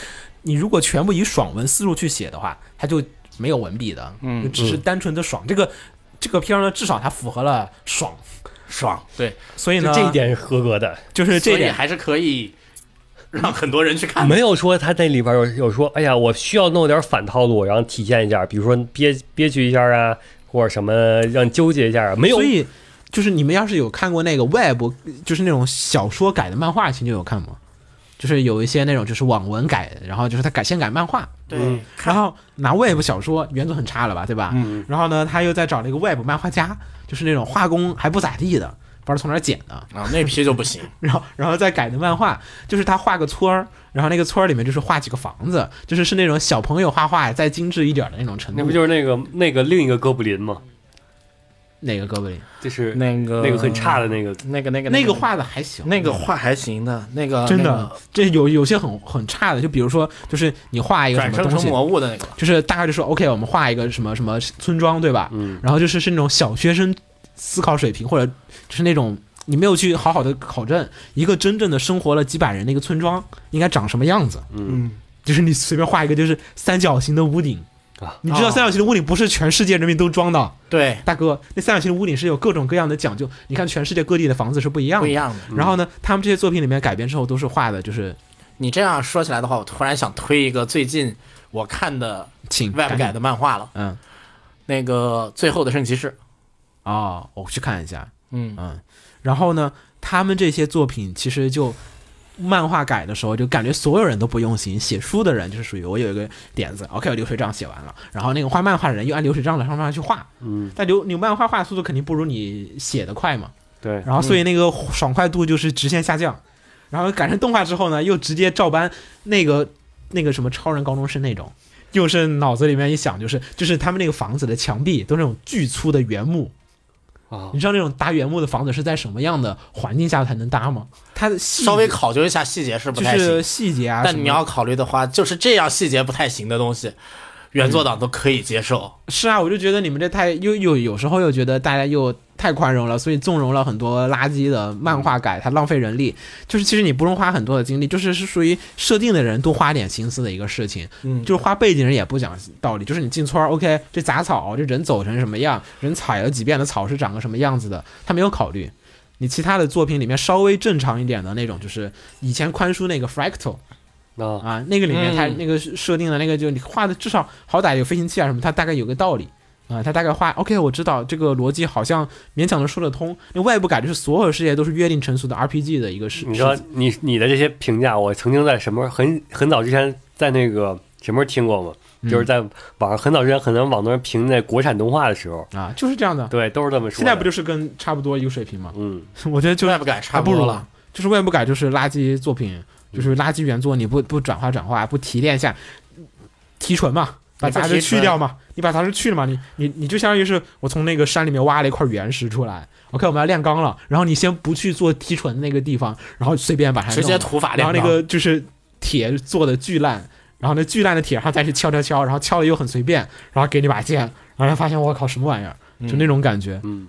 你如果全部以爽文思路去写的话，它就没有文笔的，嗯，就只是单纯的爽。这个这个片儿呢，至少它符合了爽，
爽，对，
所以
就
呢，
这一点是合格的，
就是这
所
一
以
点
还是可以让很多人去看。
没有说他那里边有有说，哎呀，我需要弄点反套路，然后体现一下，比如说憋憋屈一下啊，或者什么让纠结一下啊，没有
所以就是你们要是有看过那个 Web，就是那种小说改的漫画，其实就有看吗？就是有一些那种就是网文改的，然后就是他改先改漫画，嗯
对，
然后拿 Web 小说原作很差了吧，对吧？
嗯
然后呢，他又再找了一个 Web 漫画家，就是那种画工还不咋地的，不知道从哪儿捡的，
啊，那批就不行，
然后然后再改的漫画，就是他画个村儿，然后那个村儿里面就是画几个房子，就是是那种小朋友画画再精致一点的那种程度。
那不就是那个那个另一个哥布林吗？
哪个哥布林？
就是
那个
那个很差的那个，
那个那个
那个画的还行，
那个画还行的，那个
真
那
的
个，
啊这有有些很很差的，就比如说，就是你画一个什
<laughs>
么
转生
东
成
西，
魔物的那个，
就是大概就说 OK，我们画一个什么什么村庄，对吧？
嗯，
然后就是是那种小学生思考水平，或者就是那种你没有去好好的考证一个真正的生活了几百人的一个村庄应该长什么样子。
嗯，
就是你随便画一个就是三角形的屋顶
啊
你知道三角形的屋顶不是全世界人民都装的，
对，
大哥，那三角形的屋顶是有各种各样的讲究。你看全世界各地的房子是不一样
不
的
一。样的。
然后呢，他们这些作品里面改编之后都是画的，就是
你这样说起来的话，我突然想推一个最近我看的
请
Web
赶紧
改的漫画了，
嗯，
那个《最后的圣骑士》。
哦，我去看一下。
嗯
嗯，然后呢，他们这些作品其实就漫画改的时候，就感觉所有人都不用心。写书的人就是属于我有一个点子，OK，我流水账写完了，然后那个画漫画的人又按流水账的方法去画，
嗯，
但流你漫画画的速度肯定不如你写的快嘛，
对，
然后
嗯
所以那个爽快度就是直线下降。然后改成动画之后呢，又直接照搬那个那个什么超人高中生那种，又是脑子里面一想就是就是他们那个房子的墙壁都是那种巨粗的原木，
啊
你，知道那种搭原木的房子是在什么样的环境下才能搭吗？它的细
稍微考究一下细节是
嗯
不
就
太行，
是细节啊什么的，
但你要考虑的话，就是这样细节不太行的东西，原作党都可以接受。
是啊，我就觉得你们这太又又有时候又觉得大家又太宽容了，所以纵容了很多垃圾的漫画改，它浪费人力。就是其实你不用花很多的精力，就是是属于设定的人多花点心思的一个事情。
嗯
就是花背景人也不讲道理，就是你进村儿，OK，这杂草这人走成什么样，人踩了几遍的草是长个什么样子的，他没有考虑。你其他的作品里面稍微正常一点的那种，就是以前宽叔那个 Fractal，
啊，
啊，那个里面它
嗯
那个设定的那个，就你画的至少好歹有飞行器啊什么，它大概有个道理啊，它大概画 OK，我知道这个逻辑好像勉强能说得通。那外部改就是所有世界都是约定成俗的 RPG 的一个事，
你说
事情
你你的这些评价，我曾经在什么很很早之前在那个什么时候听过吗？
嗯
就是在网上很早之前，很多网多人评那国产动画的时候，
啊，就是这样的。
对，都是这么说的。
现在不就是跟差不多一个水平吗？
嗯，
<laughs> 我觉得就是
外部改差
还
不
不如
多了，，
就是外部改就是垃圾作品，就是垃圾原作，你不不转化转化，不提炼一下，提纯嘛。把
你不
杂
提
质去
纯
掉嘛，你把杂质去了嘛，你你你就相当于是我从那个山里面挖了一块原石出来，OK，我们要炼钢了，然后你先不去做提纯那个地方，然后随便把它
直
弄
接
了
土法
嗯然后
炼
那
钢。
个就是铁做的巨烂，然后那巨烂的铁上再去敲敲敲，然后敲的又很随便，然后给你把剑，然后发现我靠什么玩意儿，就那种感觉，
嗯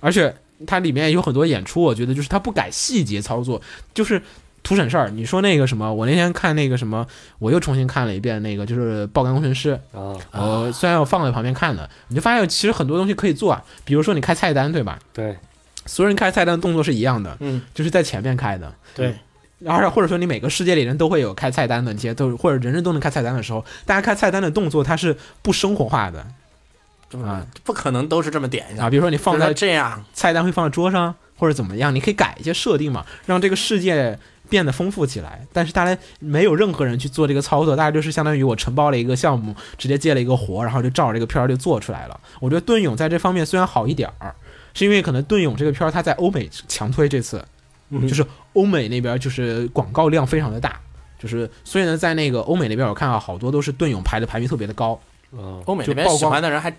而且它里面有很多演出，我觉得就是它不改细节操作，就是图省事儿。你说那个什么，我那天看那个什么，我又重新看了一遍那个，就是《爆肝工程师》
啊，
我虽然我放在旁边看的，你就发现其实很多东西可以做啊，比如说你开菜单对吧？
对，
所有人开菜单的动作是一样的，
嗯，
就是在前面开的。
对，
然后或者说你每个世界里人都会有开菜单的，这些都或者人人都能开菜单的时候，大家开菜单的动作它是不生活化的啊
不可能都是这么点一下
啊，。比如说你放
就是
在
这样，
菜单会放在桌上，或者怎么样，你可以改一些设定嘛，让这个世界变得丰富起来。但是大家没有任何人去做这个操作，大家就是相当于我承包了一个项目，直接接了一个活，然后就照着这个片儿就做出来了。我觉得盾勇在这方面虽然好一点儿，是因为可能盾勇这个片儿它在欧美强推这次，就是欧美那边就是广告量非常的大。就是，所以呢，在那个欧美那边，我看到好多都是盾勇排的排名特别的高，
啊，
欧美
就
那边
曝
喜
光
欢的人还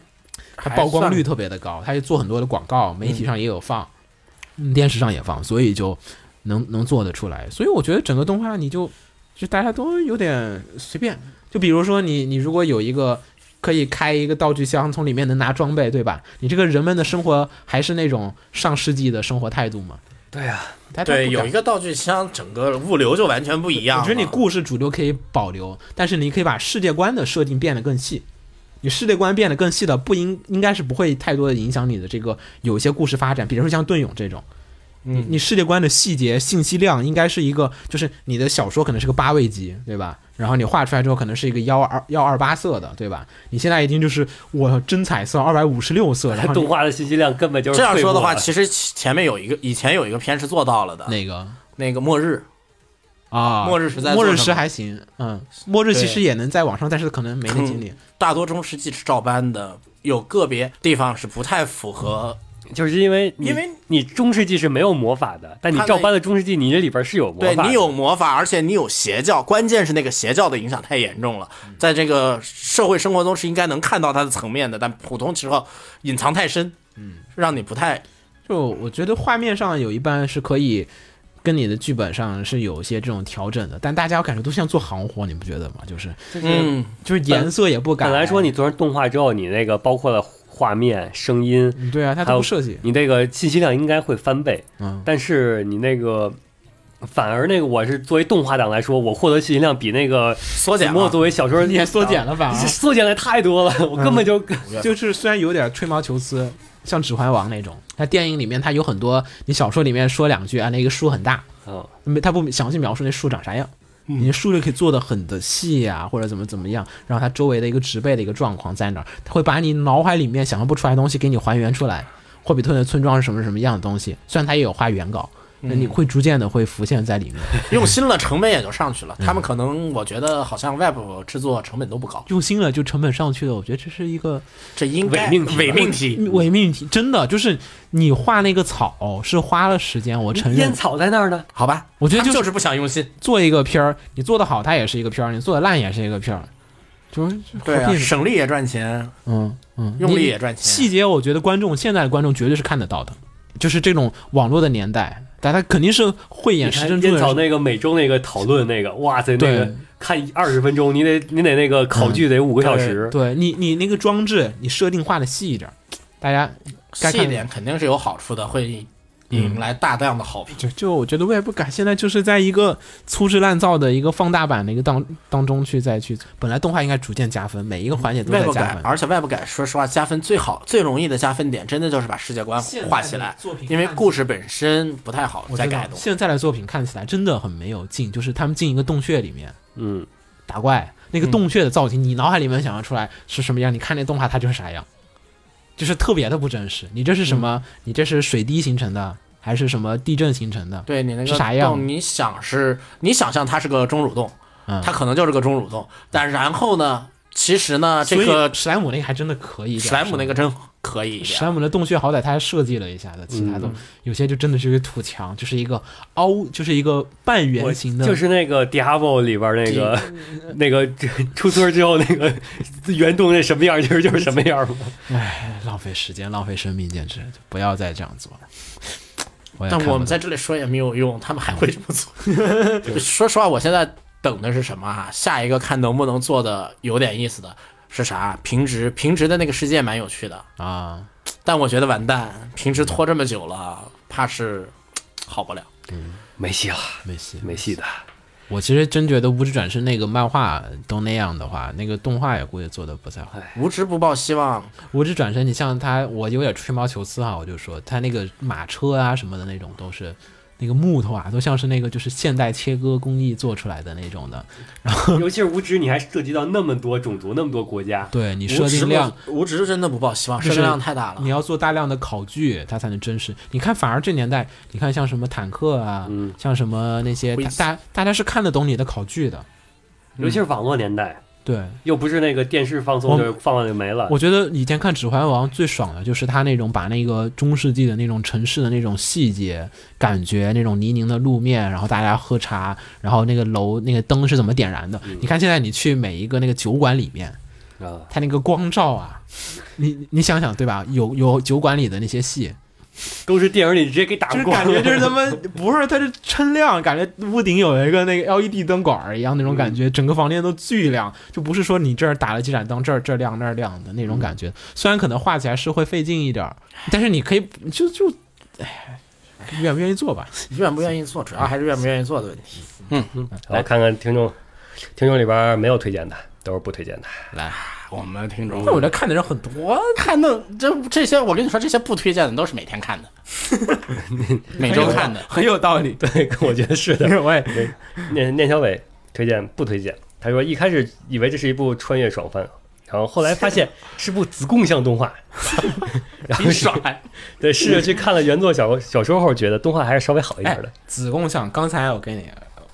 它
还
曝光
算
率特别的高，它也做很多的广告，媒体上也有放，嗯电视上也放，所以就能能做得出来。所以我觉得整个动画你就就大家都有点随便，就比如说你你如果有一个。可以开一个道具箱，从里面能拿装备，对吧？你这个人们的生活还是那种上世纪的生活态度嘛？
对呀，
大家都
对
不
有
敢
一个道具箱，整个物流就完全不一样
我
了。
觉得你故事主流可以保留，但是你可以把世界观的设定变得更细。你世界观变得更细的，不应应该是不会太多的影响你的这个有一些故事发展，比如说像《盾勇》这种，
嗯
你你世界观的细节信息量应该是一个，就是你的小说可能是个八位级，对吧？然后你画出来之后可能是一个幺二幺二八色的，对吧？你现在已经就是我真彩色二百五十六色，然后
动
你
画的信息量根本就是
这样说的
退
话，
步了
其实前面有一个以前有一个片是做到了的，
哪个
那个末日，
啊、啊，
末日时代
末日
做什
时
么
还行，嗯，末日其实也能在网上，但是可能没那精力。
大多中世纪是照搬的，有个别地方是不太符合。
就是因为你
因为
你中世纪是没有魔法的，但你
它那
照搬了中世纪，你这里边是有魔
对
法的。
你有魔法，而且你有邪教，关键是那个邪教的影响太严重了，在这个社会生活中是应该能看到它的层面的，但普通时候隐藏太深，嗯，让你不太
就我觉得画面上有一半是可以跟你的剧本上是有一些这种调整的，但大家感觉都像做行活，你不觉得吗？就是
嗯
就是颜色也不改。
本来说你做成动画之后，你那个包括了画面、声音，
嗯对啊，它
还
都
有
不设计，
你那个信息量应该会翻倍，
嗯，
但是你那个。反而那个我是作为动画党来说，我获得信息量比那个
缩减啊
子墨
了。
作为小说
你也缩减
了，
了吧？
<laughs>
<laughs>
缩减了太多了，我根本就
嗯
就是虽然有点吹毛求疵，像《指环王》那种，它电影里面它有很多，你小说里面说两句啊，那个树很大，
嗯
没他不详细描述那树长啥样，你树就可以做的很的细呀、或者怎么怎么样，然后它周围的一个植被的一个状况在哪儿，它会把你脑海里面想象不出来的东西给你还原出来。霍比特的村庄是什么什么样的东西？虽然它也有画原稿，那你会逐渐的会浮现在里面。
用心了，成本也就上去了。他们可能我觉得好像 Web 制作成本都不高，
用心了就成本上去了，我觉得这是一个
这应该
伪命题
伪命题。
伪命题，真的就是你画那个草是花了时间，我承认
烟。草在那儿呢。
好吧，
我觉得
他们
就
就是是不想用心，
做一个片儿，你做的好，它也是一个片儿；你做的烂，也是一个片儿。就是
对啊，
何必呢
省力也赚钱，
嗯嗯，
用
你
力也赚钱
细节我觉得观众现在的观众绝对是看得到的，就是这种网络的年代，大家肯定是慧眼
你
识
看
珍珠
烟
的
草
人。
那个每周那个讨论那个，哇塞，那
对嗯
个看二十分钟，你得你得那个考据得五个小时。
对你，你那个装置，你设定画的细一点儿，大家该
细
看
一点肯定是有好处的，会引来大量的好评。
就就我觉得 Web 感现在就是在一个粗制滥造的一个放大版的一个当当中去再去，本来动画应该逐渐加分，每一个环节都在
Web
加
改
分，。
而且 Web 改，说实话，加分最好、最容易的加分点，真的就是把世界观画起
现
来
在的作品，
因为故事本身不太好
我
再
知道
改动。
现在的作品看起来真的很没有劲，就是他们进一个洞穴里面
嗯，
打怪，那
嗯
个洞穴的造型，你脑海里面想象出来是什么样，你看那动画它就是啥样，就是特别的不真实。你这是什
嗯
么？你这是水滴形成的，还是什么地震形成的？
对你那个
是啥样
洞你想是，你想象它是个钟乳洞，
嗯
它可能就是个钟乳洞，但然后呢，其实呢，啊这
所以
个
史莱姆那个还真的可以一点，
史莱姆那个
是吧。
真可以一嗯
史莱
点，
姆的洞穴好歹他还设计了一下的，其他的、有些就真的是一个土墙，就是一个凹，就是一个半
我
圆形的，
就是那个《Diablo》里边那个那个 <laughs> 这出村之后那个 <laughs> 原动那什么样，其实就是什么样嘛。
哎浪费时间，浪费生命，简直就不要再这样做了。也
但
哎看
我
不
们
懂
在这里说也没有用，他们还会这么做。
<laughs>
说实话，我现在等的是什么啊？下一个看能不能做的有点意思的是啥？平直平直的那个世界蛮有趣的，
啊，
但我觉得完蛋，平时拖这么久了，怕是好不了。
没戏了，
没戏。
没戏的。
我其实真觉得《无职转生》那个漫画都那样的话，那个动画也估计做的不太好。
无知不报希望，
《无职转生》，你像他，我有点吹毛求疵哈，我就说他那个马车啊什么的那种都是。那个木头啊，都像是那个就是现代切割工艺做出来的那种的。
<laughs> 尤其是无知，你还涉及到那么多种族、那么多国家，
对你
你
设定量，
无知真的不报希望，
就
设
是
定量太大了
你。要做大量的考据，它才能真实。你看，反而这年代，你看像什么坦克啊，像什么那些，
嗯灰
大
机
大大家是看得懂你的考据的。
尤其是网络年代，
对，
又不是那个电视放
嗯我
送就放完就没了。
我觉得以前看《指环王》最爽的就是他那种把那个中世纪的那种城市的那种细节感觉，那种泥泞的路面，然后大家喝茶，然后那个楼那个灯是怎么点燃的。你看现在你去每一个那个酒馆里面，
啊，
它那个光照啊，你你想想对吧？有有酒馆里的那些戏，啊
都是电影里直接给打
就是
光
感
了
觉
<laughs>
就是他 <laughs> 们不是，它是撑亮，感觉屋顶有一个那个 LED 灯管儿一样那种感觉，整个房间都巨亮，就不是说你这儿打了几盏灯，这儿这儿亮那儿亮的那种感觉。虽然可能画起来是会费劲一点儿，但是你可以就就，哎，愿不愿意做吧？
愿不愿意做，主要还是愿不愿意做的问题。
好，看看听众，听众里边没有推荐的，都是不推荐的。
我们听众
那我这看的人很多，看的这这些，我跟你说，这些不推荐的都是每天 <laughs> 看的，每周看的。
很有道理。
对， <laughs> 我觉得是的。
我也
念念小伟推荐不推荐？他说一开始以为这是一部穿越爽番，然后后来
<laughs>
发现是部子贡向动画，然后爽。 <laughs> 对，试
哎
着去看了原作小小说后，觉得动画还是稍微好一点的。
子贡像刚才我跟你，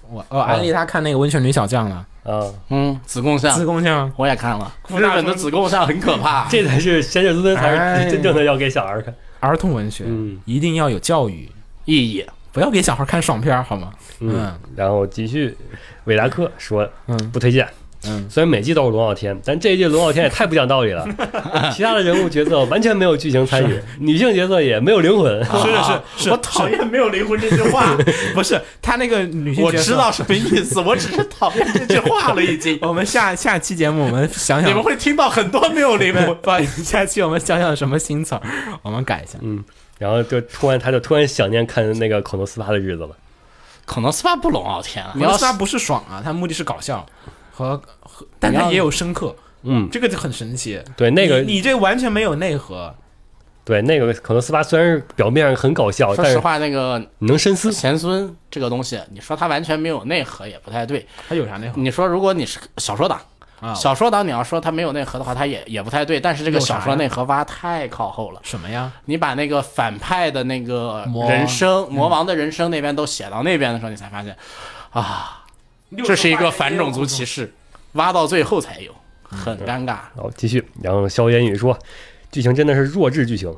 我我安利他看那个《温泉女小将》了，
哎
啊，
嗯，子贡像
子宫像
我也看了，日本的子贡像很可怕。
这才是贤者村才
哎
是真正的要给小孩看。
儿童文学，
嗯
一定要有教育，
意义，
不要给小孩看爽片儿好吗？
嗯，然后继续，韦达克说
嗯
不推荐。
嗯
虽然每季都是龙傲天，但这一季龙傲天也太不讲道理了。其他的人物角色完全没有剧情参与，女性角色也没有灵魂。
啊
是的，是
<laughs>
是，我讨厌没有灵魂这句
<laughs>
话。
不是他那个女性
我
角色
知道什么意思，我只是讨厌这句话了已 <laughs> 经。
我们下下期节目我们想想，
你们会听到很多没有灵
不
魂。
不好意思， <laughs> 下期我们想想什么新词儿，我们改一下。
<laughs> 然后就突然，他就突然想念看那个孔诺斯拉的日子了。
可能斯巴不龙傲天了，
你要它不是爽啊，它目的是搞笑和和，但它也有深刻，
嗯，
这个就很神奇。
对，那个
你你这完全没有内核，
对那个孔诺斯拉虽然是表面上很搞笑，
说
但
实
是
话，那个
你能深思。
贤孙这个东西，你说他完全没有内核也不太对。
它有啥内核
你说如果你是小说党，
啊？
小说党你要说他没有内核的话，他也也不太对。但是这个
有啥
小
呀
说内核挖太靠后了，
什么呀？
你把那个反派的那个
魔嗯
人生魔王的人生那边都写到那边的时候，你才发现啊，这是一个反种族歧视，挖到最后才有，
嗯
很尴尬。
好，继续。然后萧炎宇说，剧情真的是弱智剧情，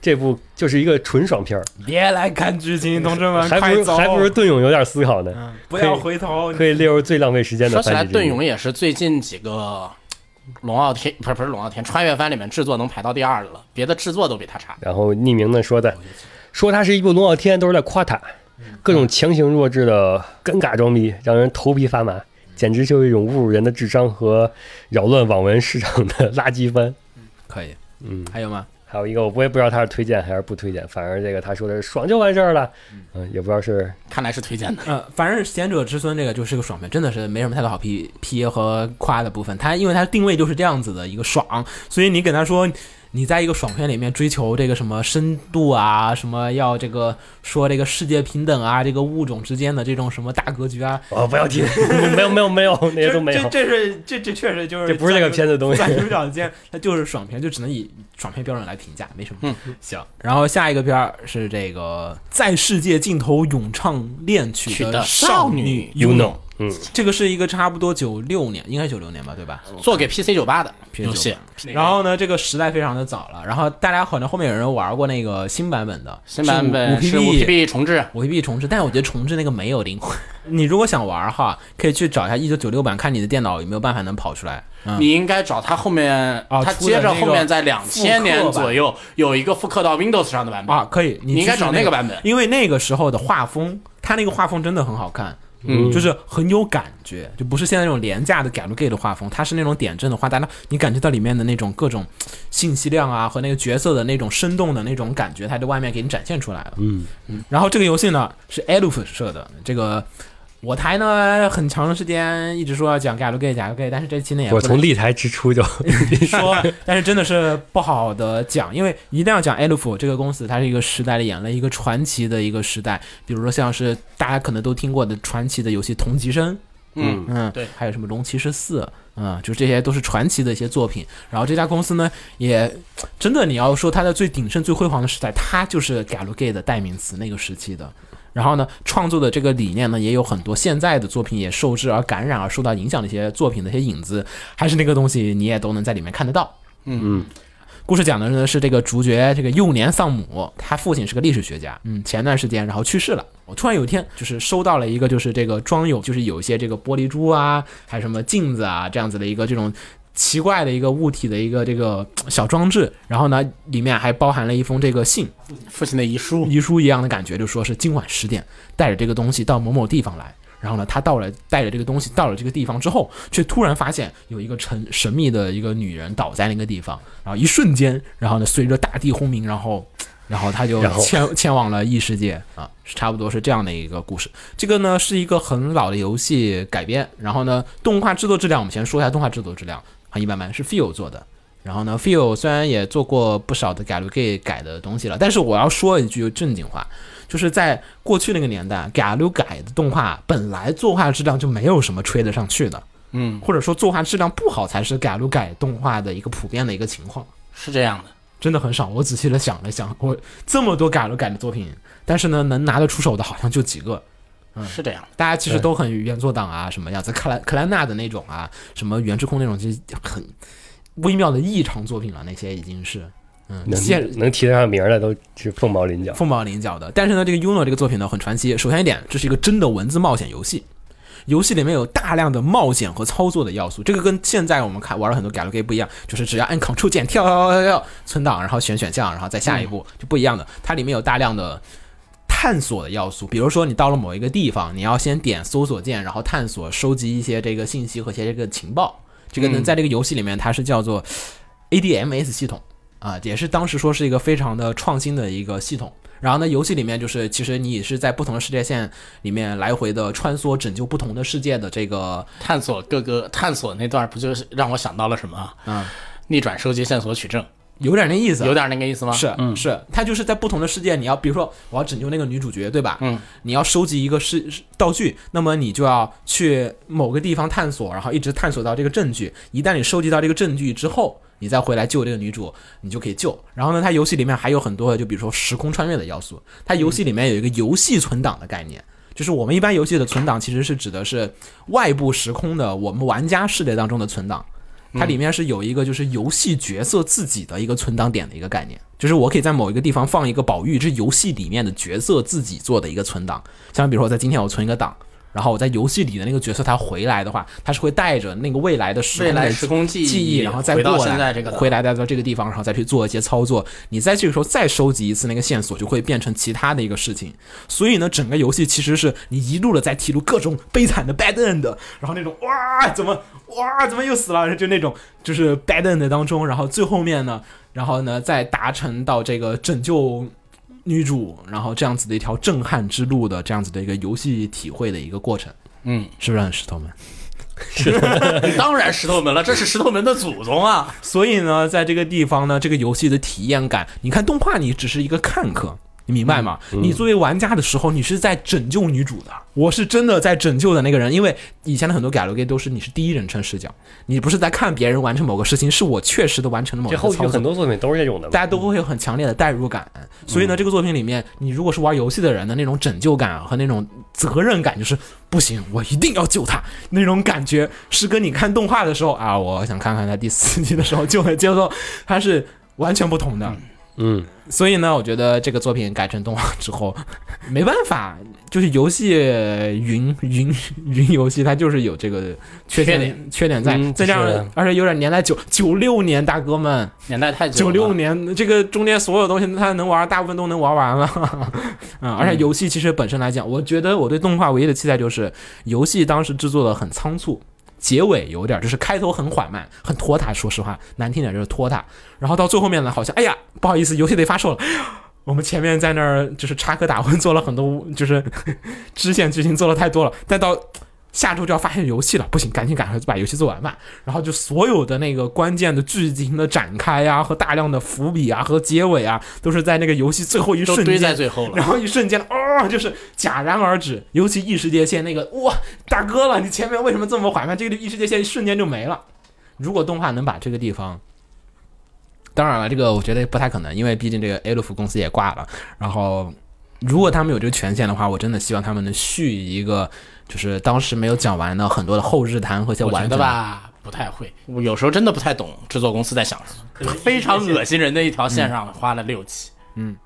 这部就是一个纯爽片儿，
别来看剧情，同志们，
还不
快
如
走！
还不如盾勇有点思考呢。
不要回头。
可以列入最浪费时间的
说起来，
番剧之一。
盾勇也是最近几个龙傲天不是不是龙傲天穿越番里面制作能排到第二的了，别的制作都比他差。
然后匿名的说的，说它是一部龙傲天，都是在夸它，各种强行弱智的尴尬装逼，让人头皮发麻，简直就是一种侮辱人的智商和扰乱网文市场的垃圾番。
可以，
嗯，
还有吗？
还有一个我我也不知道他是推荐还是不推荐，反正这个他说的是爽就完事儿了，嗯，也不知道是
看来是推荐的。
呃，反正《贤者之孙》这个就是个爽片，真的是没什么太多好批批和夸的部分。它因为它定位就是这样子的一个爽，所以你给他说你在一个爽片里面追求这个什么深度啊，什么要这个说这个世界平等啊，这个物种之间的这种什么大格局啊，
哦，不要提， <laughs> 没有没有没有那些
这
都没有
这，这是这这确实就是
这不是这个片子的东西
在组长间，
它就是爽片，就只能以爽片标准来评价，没什么。嗯，行。然后下一个片儿是这个在世界尽头咏唱恋曲
曲的
少
少
女
女
Uno 嗯，
这个是一个差不多九六年，应该九六年吧，对吧？
做给 PC 九八的
PS98
游戏，
然后呢，这个时代非常的早了。然后大家可能后面有人玩过那个新版本的
新版本
是
是
五
五
PB。
PB 重置，
五 PB 重置，但是我觉得重置那个没有灵魂。你如果想玩哈，可以去找一下一九九六版，看你的电脑有没有办法能跑出来。嗯，
你应该找他后面，
哦
他
出的
接着后
那
面
个
在两千年
复刻版
左右有一个复刻到 Windows 上的版本。
啊，可以，你
你应该
去试
找
那
那个版本
因为那个时候的画风，它那个画风真的很好看，嗯，就是很有感觉，就不是现在那种廉价的 galgame 的画风，它是那种点阵的画，大家你感觉到里面的那种各种信息量啊和那个角色的那种生动的那种感觉，它在外面给你展现出来了，嗯，然后这个游戏呢是 Aluf 社的这个。我台呢，很长时间一直说要讲 galgame galgame，但是这期呢也哎不
我
能
从立台之初就
说，但是真的是不好的讲，因为一定要讲 Elf 这个公司，它是一个时代的眼泪，一个传奇的一个时代。比如说像是大家可能都听过的传奇的游戏《同级生》，
嗯，
嗯，
对，
还有什么《龙骑士四》，嗯，就这些都是传奇的一些作品。然后这家公司呢，也真的你要说它的最鼎盛、最辉煌的时代，它就是 Galgame 的代名词那个时期的。然后呢，创作的这个理念呢，也有很多现在的作品也受之而感染而受到影响的一些作品的一些影子，还是那个东西，你也都能在里面看得到。故事讲的呢是这个主角这个幼年丧母，他父亲是个历史学家，嗯，前段时间然后去世了。我突然有一天就是收到了一个就是这个装有就是有一些这个玻璃珠啊，还有什么镜子啊这样子的一个这种。奇怪的一个物体的一个这个呃小装置，然后呢，里面还包含了一封这个信，
父亲的遗书，
遗书一样的感觉，就说是今晚十点带着这个东西到某某地方来。然后呢，他到了带着这个东西到了这个地方之后，却突然发现有一个神神秘的一个女人倒在那个地方，然后一瞬间，然后呢，随着大地轰鸣，然后。然后他就
然后
前前往了异世界啊，是差不多是这样的一个故事。这个呢是一个很老的游戏改编，然后呢动画制作质量，我们先说一下动画制作质量，很一般般，是 Feel 做的，然后呢，Phil 虽然也做过不少的 Galgame 改的东西了，但是我要说一句正经话，就是在过去那个年代，Galgame 改的动画本来作画质量就没有什么吹得上去的，
嗯，
或者说作画质量不好才是 Galgame 改动画的一个普遍的一个情况，
是这样的。
真的很少。我仔细的想了想，我这么多 Galgame 改的作品，但是呢，能拿得出手的好像就几个。
是这样。
大家其实都很原作党啊，什么样子克兰克兰纳的那种啊，什么原之空那种，其实很微妙的异常作品了，那些已经是嗯，现
能能提得上名儿的都是凤毛麟角。
凤毛麟角的。但是呢，这个 Uno 这个作品呢很传奇。首先一点，这是一个真的文字冒险游戏，游戏里面有大量的冒险和操作的要素。这个跟现在我们看玩了很多 g a l g a 不一样，就是只要按 Ctrl 键跳跳跳跳跳存档，然后选选项，然后再下一步、就不一样的。它里面有大量的。探索的要素，比如说你到了某一个地方，你要先点搜索键，然后探索、收集一些这个信息和一些这个情报。这个呢，在这个游戏里面，它是叫做 ADMS 系统啊，也是当时说是一个非常的创新的一个系统。然后呢，游戏里面就是其实你也是在不同的世界线里面来回的穿梭，拯救不同的世界的这个
探索各个探索那段，不就是让我想到了什么啊？嗯，逆转收集线索取证，
有点那意思，啊
有点那个意思吗？嗯
是、是，它就是在不同的世界，你要比如说我要拯救那个女主角，对吧？嗯，你要收集一个是是道具，那么你就要去某个地方探索，然后一直探索到这个证据。一旦你收集到这个证据之后，你再回来救这个女主，你就可以救。然后呢，它游戏里面还有很多的，就比如说时空穿越的要素。它游戏里面有一个游戏存档的概念。就是我们一般游戏的存档，其实是指的是外部时空的我们玩家世界当中的存档，它里面是有一个就是游戏角色自己的一个存档点的一个概念，就是我可以在某一个地方放一个宝玉，这是游戏里面的角色自己做的一个存档。像比如说我在今天我存一个档，然后我在游戏里的那个角色他回来的话，他是会带着那个未来的时空
未来
的
时空记
记
忆
忆，然后再
回到
过来
现在这个档
回来再到这个地方，然后再去做一些操作。你在这个时候再收集一次那个线索，就会变成其他的一个事情。所以呢，整个游戏其实是你一路的在记录各种悲惨的 bad end，然后那种哇怎么哇怎么又死了，就那种就是 bad end 当中，然后最后面呢，然后呢再达成到这个拯救。女主，然后这样子的一条震撼之路的这样子的一个游戏体会的一个过程，
嗯，
是不是很石头们？
<laughs> 当然石头门了，这是石头门的祖宗啊！
所以呢，在这个地方呢，这个游戏的体验感，你看动画，你只是一个看客，你明白吗？
嗯
你作为玩家的时候，你是在拯救女主的，我是真的在拯救的那个人，因为以前的很多改 a 给都是你是第一人称视角，你不是在看别人完成某个事情，是我确实的完成了某
这
个
后续
操
很
作。
多作品都是这种的嗯
大
嘛，
家都会有很强烈的代入感，所以呢，这个作品里面，你如果是玩游戏的人的那种拯救感啊和那种责任感，就是不行，我一定要救他那种感觉，是跟你看动画的时候啊，我想看看他第四季的时候就会接受，它是完全不同的。
嗯，
所以呢，我觉得这个作品改成动画之后，没办法，就是游戏云云云游戏，它就是有这个缺
缺
点缺点在，
嗯
再加
是
上
的
而且有点年代久九六年，大哥们。
<laughs> 年代太久
九
了，
六年这个中间所有东西，他能玩，大部分都能玩完了。 <laughs> 嗯，而且游戏其实本身来讲，我觉得我对动画唯一的期待就是，游戏当时制作的很仓促，结尾有点就是开头很缓慢，很拖沓。说实话，难听点就是拖沓。然后到最后面呢，好像哎呀，不好意思，游戏得发售了。我们前面在那儿就是插科打诨，做了很多就是 <laughs> 支线剧情做了太多了，但到下周就要发现游戏了，不行，赶紧赶快把游戏做完吧。然后就所有的那个关键的剧情的展开啊，和大量的伏笔啊，和结尾啊，都是在那个游戏最后一
都
瞬
堆
间
在最后了
然。后一瞬间，哦，就是戛然而止。尤其异世界线那个，哇，大哥了，你前面为什么这么缓慢？这个异世界线一瞬间就没了。如果动画能把这个地方，当然了，这个我觉得不太可能，因为毕竟这个 A 路夫公司也挂了。然后，如果他们有这个权限的话，我真的希望他们能续一个，就是当时没有讲完的很多的后日谈和一些
我
完
觉得
整的
吧，不太会。我有时候真的不太懂制作公司在想什么， <laughs> 非常恶心人的一条线上花了六期。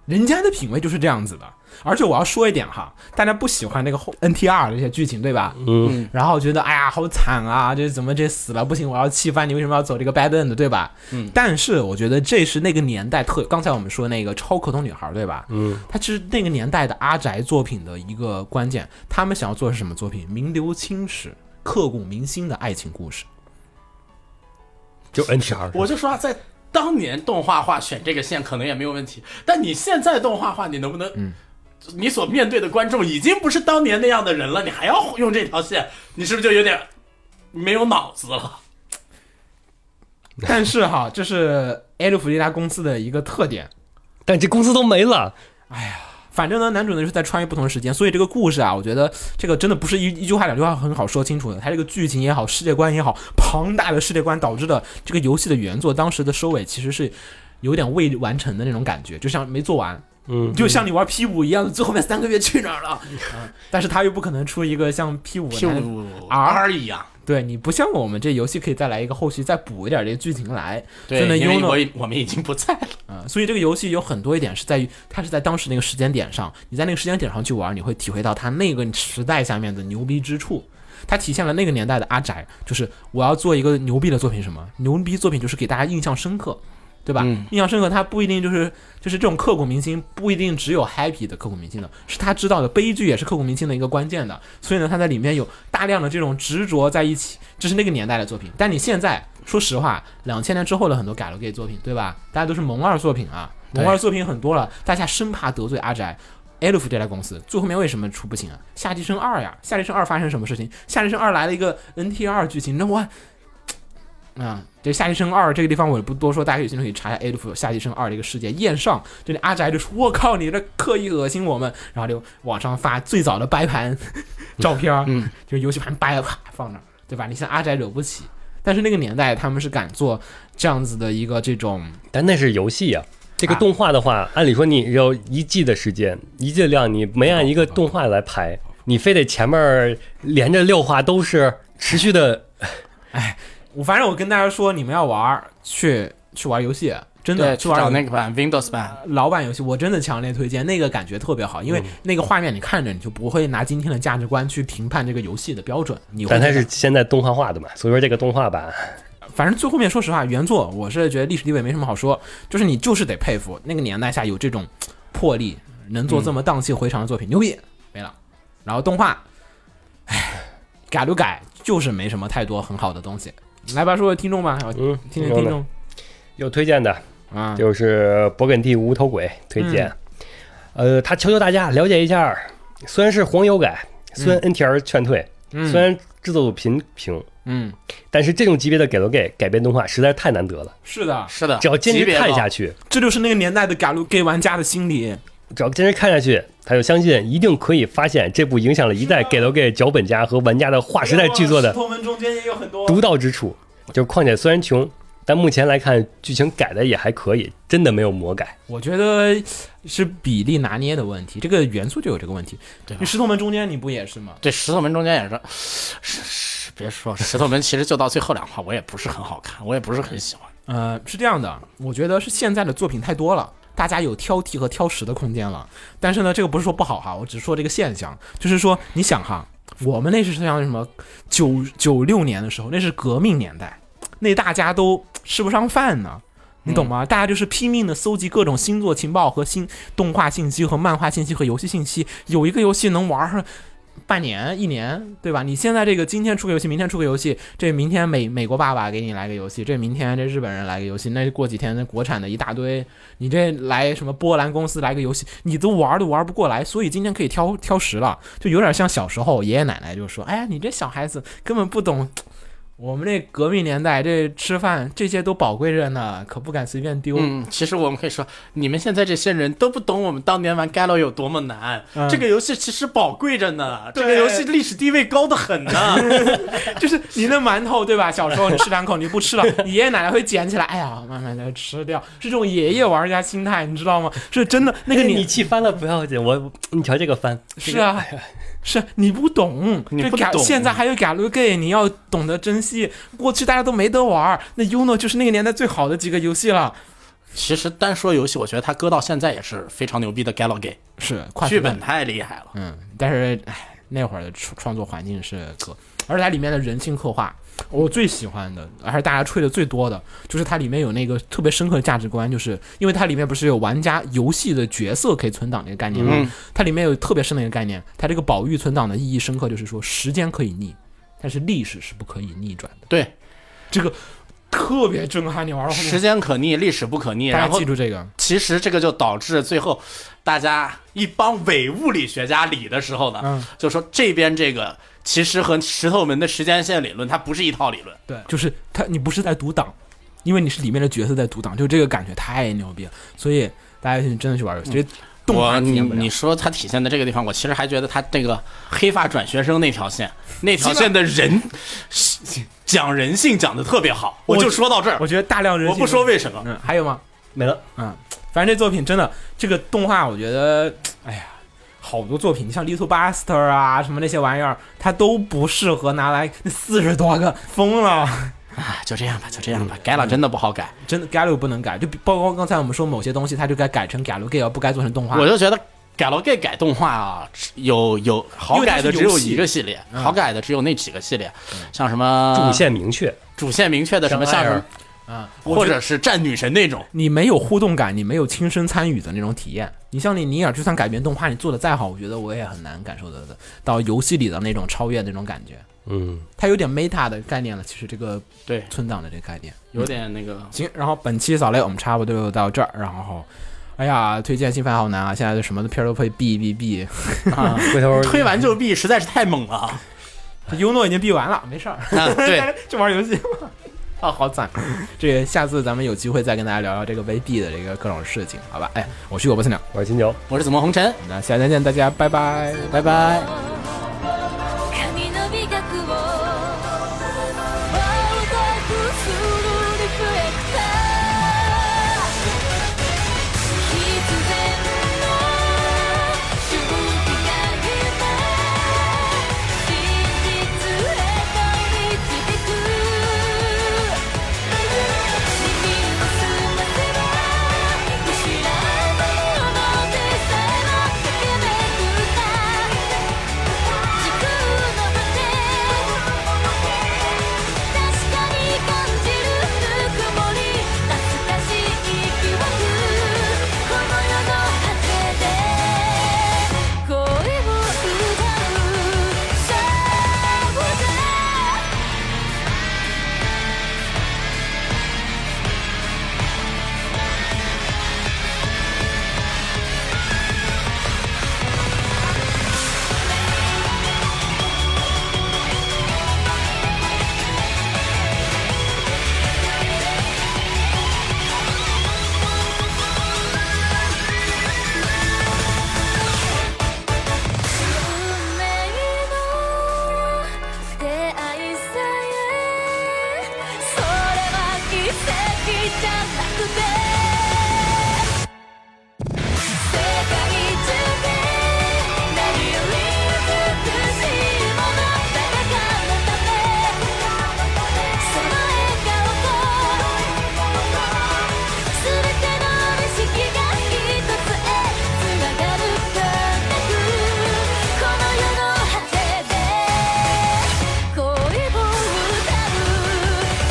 人家的品味就是这样子的。而且我要说一点哈，大家不喜欢那个后 NTR 这些剧情，对吧？嗯。然后觉得哎呀好惨啊，这怎么这死了不行，我要气翻你，为什么要走这个 bad end，对吧？嗯。但是我觉得这是那个年代特，刚才我们说那个超可童女孩，对吧？嗯。它其实那个年代的阿宅作品的一个关键，他们想要做的是什么作品？名留青史、刻骨铭心的爱情故事。
就 NTR
我就说啊，在当年动画化选这个线可能也没有问题，但你现在动画化，你能不能？你所面对的观众已经不是当年那样的人了，你还要用这条线，你是不是就有点没有脑子了？
但是哈，这是艾鲁弗利达公司的一个特点，
但这公司都没了，
反正呢，男主呢是在穿越不同的时间，所以这个故事啊，我觉得这个真的不是一一句话两句话很好说清楚的。它这个剧情也好，世界观也好，庞大的世界观导致的这个游戏的原作当时的收尾其实是有点未完成的那种感觉，就像没做完。
嗯，
就像你玩 P 五一样，最后面三个月去哪儿了？嗯但是他又不可能出一个像 P 五
P 五 R 一样，
对你不像我们这游戏可以再来一个后续再补一点这个剧情来，
对，
真的
因为
Uno
我已我们已经不在了，
嗯，所以这个游戏有很多一点是在于它是在当时那个时间点上，你在那个时间点上去玩，你会体会到它那个时代下面的牛逼之处。它体现了那个年代的阿宅，就是我要做一个牛逼的作品，什么牛逼作品就是给大家印象深刻，对吧？
嗯
印象深刻，它不一定就是就是这种刻骨铭心，不一定只有 happy 的刻骨铭心的，是他知道的悲剧也是刻骨铭心的一个关键的。所以呢，他在里面有大量的这种执着在一起，这是那个年代的作品。但你现在说实话，两千年之后的很多 galgame 作品，对吧？大家都是萌二作品啊，萌二作品很多了，大家生怕得罪阿宅。艾鲁夫这家公司最后面为什么出不行啊？夏季生二呀，夏季生二发生什么事情？夏季生二来了一个 NTR 剧情，那我 <laughs> 啊，这夏季生二这个地方我也不多说，大家有兴趣可以查一下 A 六夏季生二的一个事件。宴上，这里阿宅就说：“我靠，你这刻意恶心我们。”然后就网上发最早的掰盘照片，嗯，就是游戏盘掰了啪放那儿，对吧？你像阿宅惹不起，但是那个年代他们是敢做这样子的一个这种，
但那是游戏啊。这个动画的话，按理说你有一季的时间，一季的量，你没按一个动画来
哦
排，你非得前面连着六话都是持续的，
我反正我跟大家说，你们要玩儿去去玩游戏，真的
去
玩
找
游戏
那个版 Windows 版，
老版游戏，我真的强烈推荐，那个感觉特别好，因为那个画面你看着你就不会拿今天的价值观去评判这个游戏的标准，你会
但它是现在动画化的嘛，所以说这个动画版，
反正最后面说实话，原作我是觉得历史地位没什么好说，就是你就是得佩服那个年代下有这种嘖魄力，能做这么荡气回肠的作品，牛逼没了。然后动画，唉，改就改，就是没什么太多很好的东西。来吧，说说听众吧，我
嗯，
听听听众
有推荐的，
啊，嗯
就是勃艮第无头鬼推荐。呃，他求求大家了解一下，虽然是黄油改，虽然 NTR 劝退，
嗯
虽然制作组平平，
嗯，
但是这种级别的给了给改编动画实在是太难得了。
是的，
是的，
只要坚
级
持
别
看
高
下去，
这就是那个年代的嘎鲁 gay 玩家的心理。
只要坚持看下去，他就相信一定可以发现这部影响了一代给了给脚本家和玩家的划时代剧作的
石头门中间也有很多
独到之处。就是况且虽然穷，但目前来看剧情改的也还可以，真的没有魔改。
我觉得是比例拿捏的问题，这个元素就有这个问题。
对吧
你石头门中间你不也是吗？
对，石头门中间也是，是是，别说石头门，其实就到最后两话，我也不是很好看，我也不是很喜欢。
呃，是这样的，我觉得是现在的作品太多了，大家有挑剔和挑食的空间了。但是呢，这个不是说不好哈，我只是说这个现象，就是说你想哈，我们那是像什么九九六年的时候，那是革命年代，那大家都吃不上饭呢。你懂吗？大家就是拼命的搜集各种星座情报和新动画信息、和漫画信息、和游戏信息。有一个游戏能玩上半年、一年，对吧？你现在这个今天出个游戏，明天出个游戏，这明天美美国爸爸给你来个游戏，这明天这日本人来个游戏，那过几天那国产的一大堆，你这来什么波兰公司来个游戏，你都玩都玩不过来，所以今天可以挑挑食了，就有点像小时候爷爷奶奶就说：“哎呀，你这小孩子根本不懂。” <laughs> 我们这革命年代，这吃饭这些都宝贵着呢，可不敢随便丢。
嗯，其实我们可以说，你们现在这些人都不懂我们当年玩 Galo 有多么难。
嗯
这个游戏其实宝贵着呢，这个游戏历史地位高得很呢。
就是你那馒头对吧？小时候你吃两口你不吃了，你爷爷奶奶会捡起来，哎呀，慢慢的吃掉，是这种爷爷玩家心态，你知道吗？是真的，那个
哎
哎你
你
气翻了不要紧，我你瞧这个翻，
是啊，是你不懂，
你
这
不
嘎
懂
现在还有 Galu Gay，你要懂得珍惜。过去大家都没得玩儿，那 Uno 就是那个年代最好的几个游戏了。
<laughs> 其实单说游戏，我觉得它搁到现在也是非常牛逼的 Galo game，
是快
剧本，太厉害了。
嗯，但是唉，那会儿的创创作环境是可，而且它里面的人性刻画，我最喜欢的，还是大家吹的最多的，就是它里面有那个特别深刻的价值观，就是因为它里面不是有玩家游戏的角色可以存档这个概念吗？
嗯
它里面有特别深的一个概念，它这个宝玉存档的意义深刻，就是说时间可以逆，但是历史是不可以逆转的。
对，
这个特别震撼，你玩到后
时
面，
间可逆，历史不可逆。
大
然
家
后
记住这个，
其实这个就导致最后大家一帮伪物理学家理的时候呢，
嗯
就说这边这个其实和石头门的时间线理论它不是一套理论。
对，就是它，你不是在读档，因为你是里面的角色在读档，就这个感觉太牛逼了，所以大家去真的去玩游戏，这动画
我
体
你
验不了
你说它体现的这个地方，我其实还觉得它这个黑发转学生那条线，那条线的人讲人性讲的特别好，我就说到这儿
我，觉得大量人
我
性
不说为什么。
嗯，还有吗？
没了。
反正这作品真的，这个动画我觉得，哎呀，好多作品，你像《Little Buster》啊，什么那些玩意儿，它都不适合拿来四十多个，疯了，
哎就这样吧，就这样吧，改了真的不好改。
真的 Galu 不能改，就比包括刚才我们说某些东西，它就该改成 Galu Gay，而不该做成动画。
我就觉得改了 gay 改动画啊，有有好改的只有一个系列，好改的只有那几个系列，像什么
主线明确，
主线明确的什么像
像
什
艾
么
尔，
啊，
或者是战女神那种，
你没有互动感，你没有亲身参与的那种体验。你像你尼尔，就算改编动画，你做的再好，我觉得我也很难感受得到游戏里的那种超越那种感觉。
嗯，
它有点 meta 的概念了，其实这个
对，
存档的这个概念。
有点那个
行，然后本期扫雷我们差不多就到这儿，然后。哎呀，推荐新番好难啊！现在什么的片儿都会避避避，
啊，
回头
推完就毙，实在是太猛了啊！ <laughs>
优诺已经避完了，没事儿，
啊对，
就玩游戏嘛。啊，好惨！这个下次咱们有机会再跟大家聊聊这个微避的这个各种事情，好吧？哎，我是我不是鸟，
我是金牛。
我是紫梦红尘，
那下期再见，大家拜拜，
拜拜。
髪の美学を「ワールドアップするリフレクター」「必然の周期が今真実へと導く」「耳を澄ませば見知らぬものでさえも駆け巡った」時空の果て確かに感じるぬくもり懐かしい記憶この世の果てで恋を歌うシャボダ運命の出会いさえそれは奇跡じゃなくて世界中で何より美しいもの誰かのためその笑顔と全ての景色が一つへ繋がるこの世の果てで恋を歌う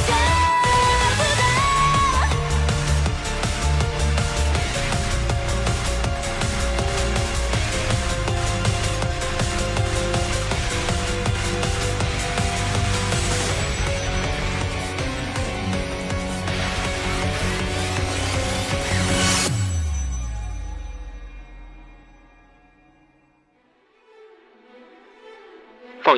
シャープだ
放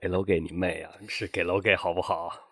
给楼给你妹啊！是给楼给好不好？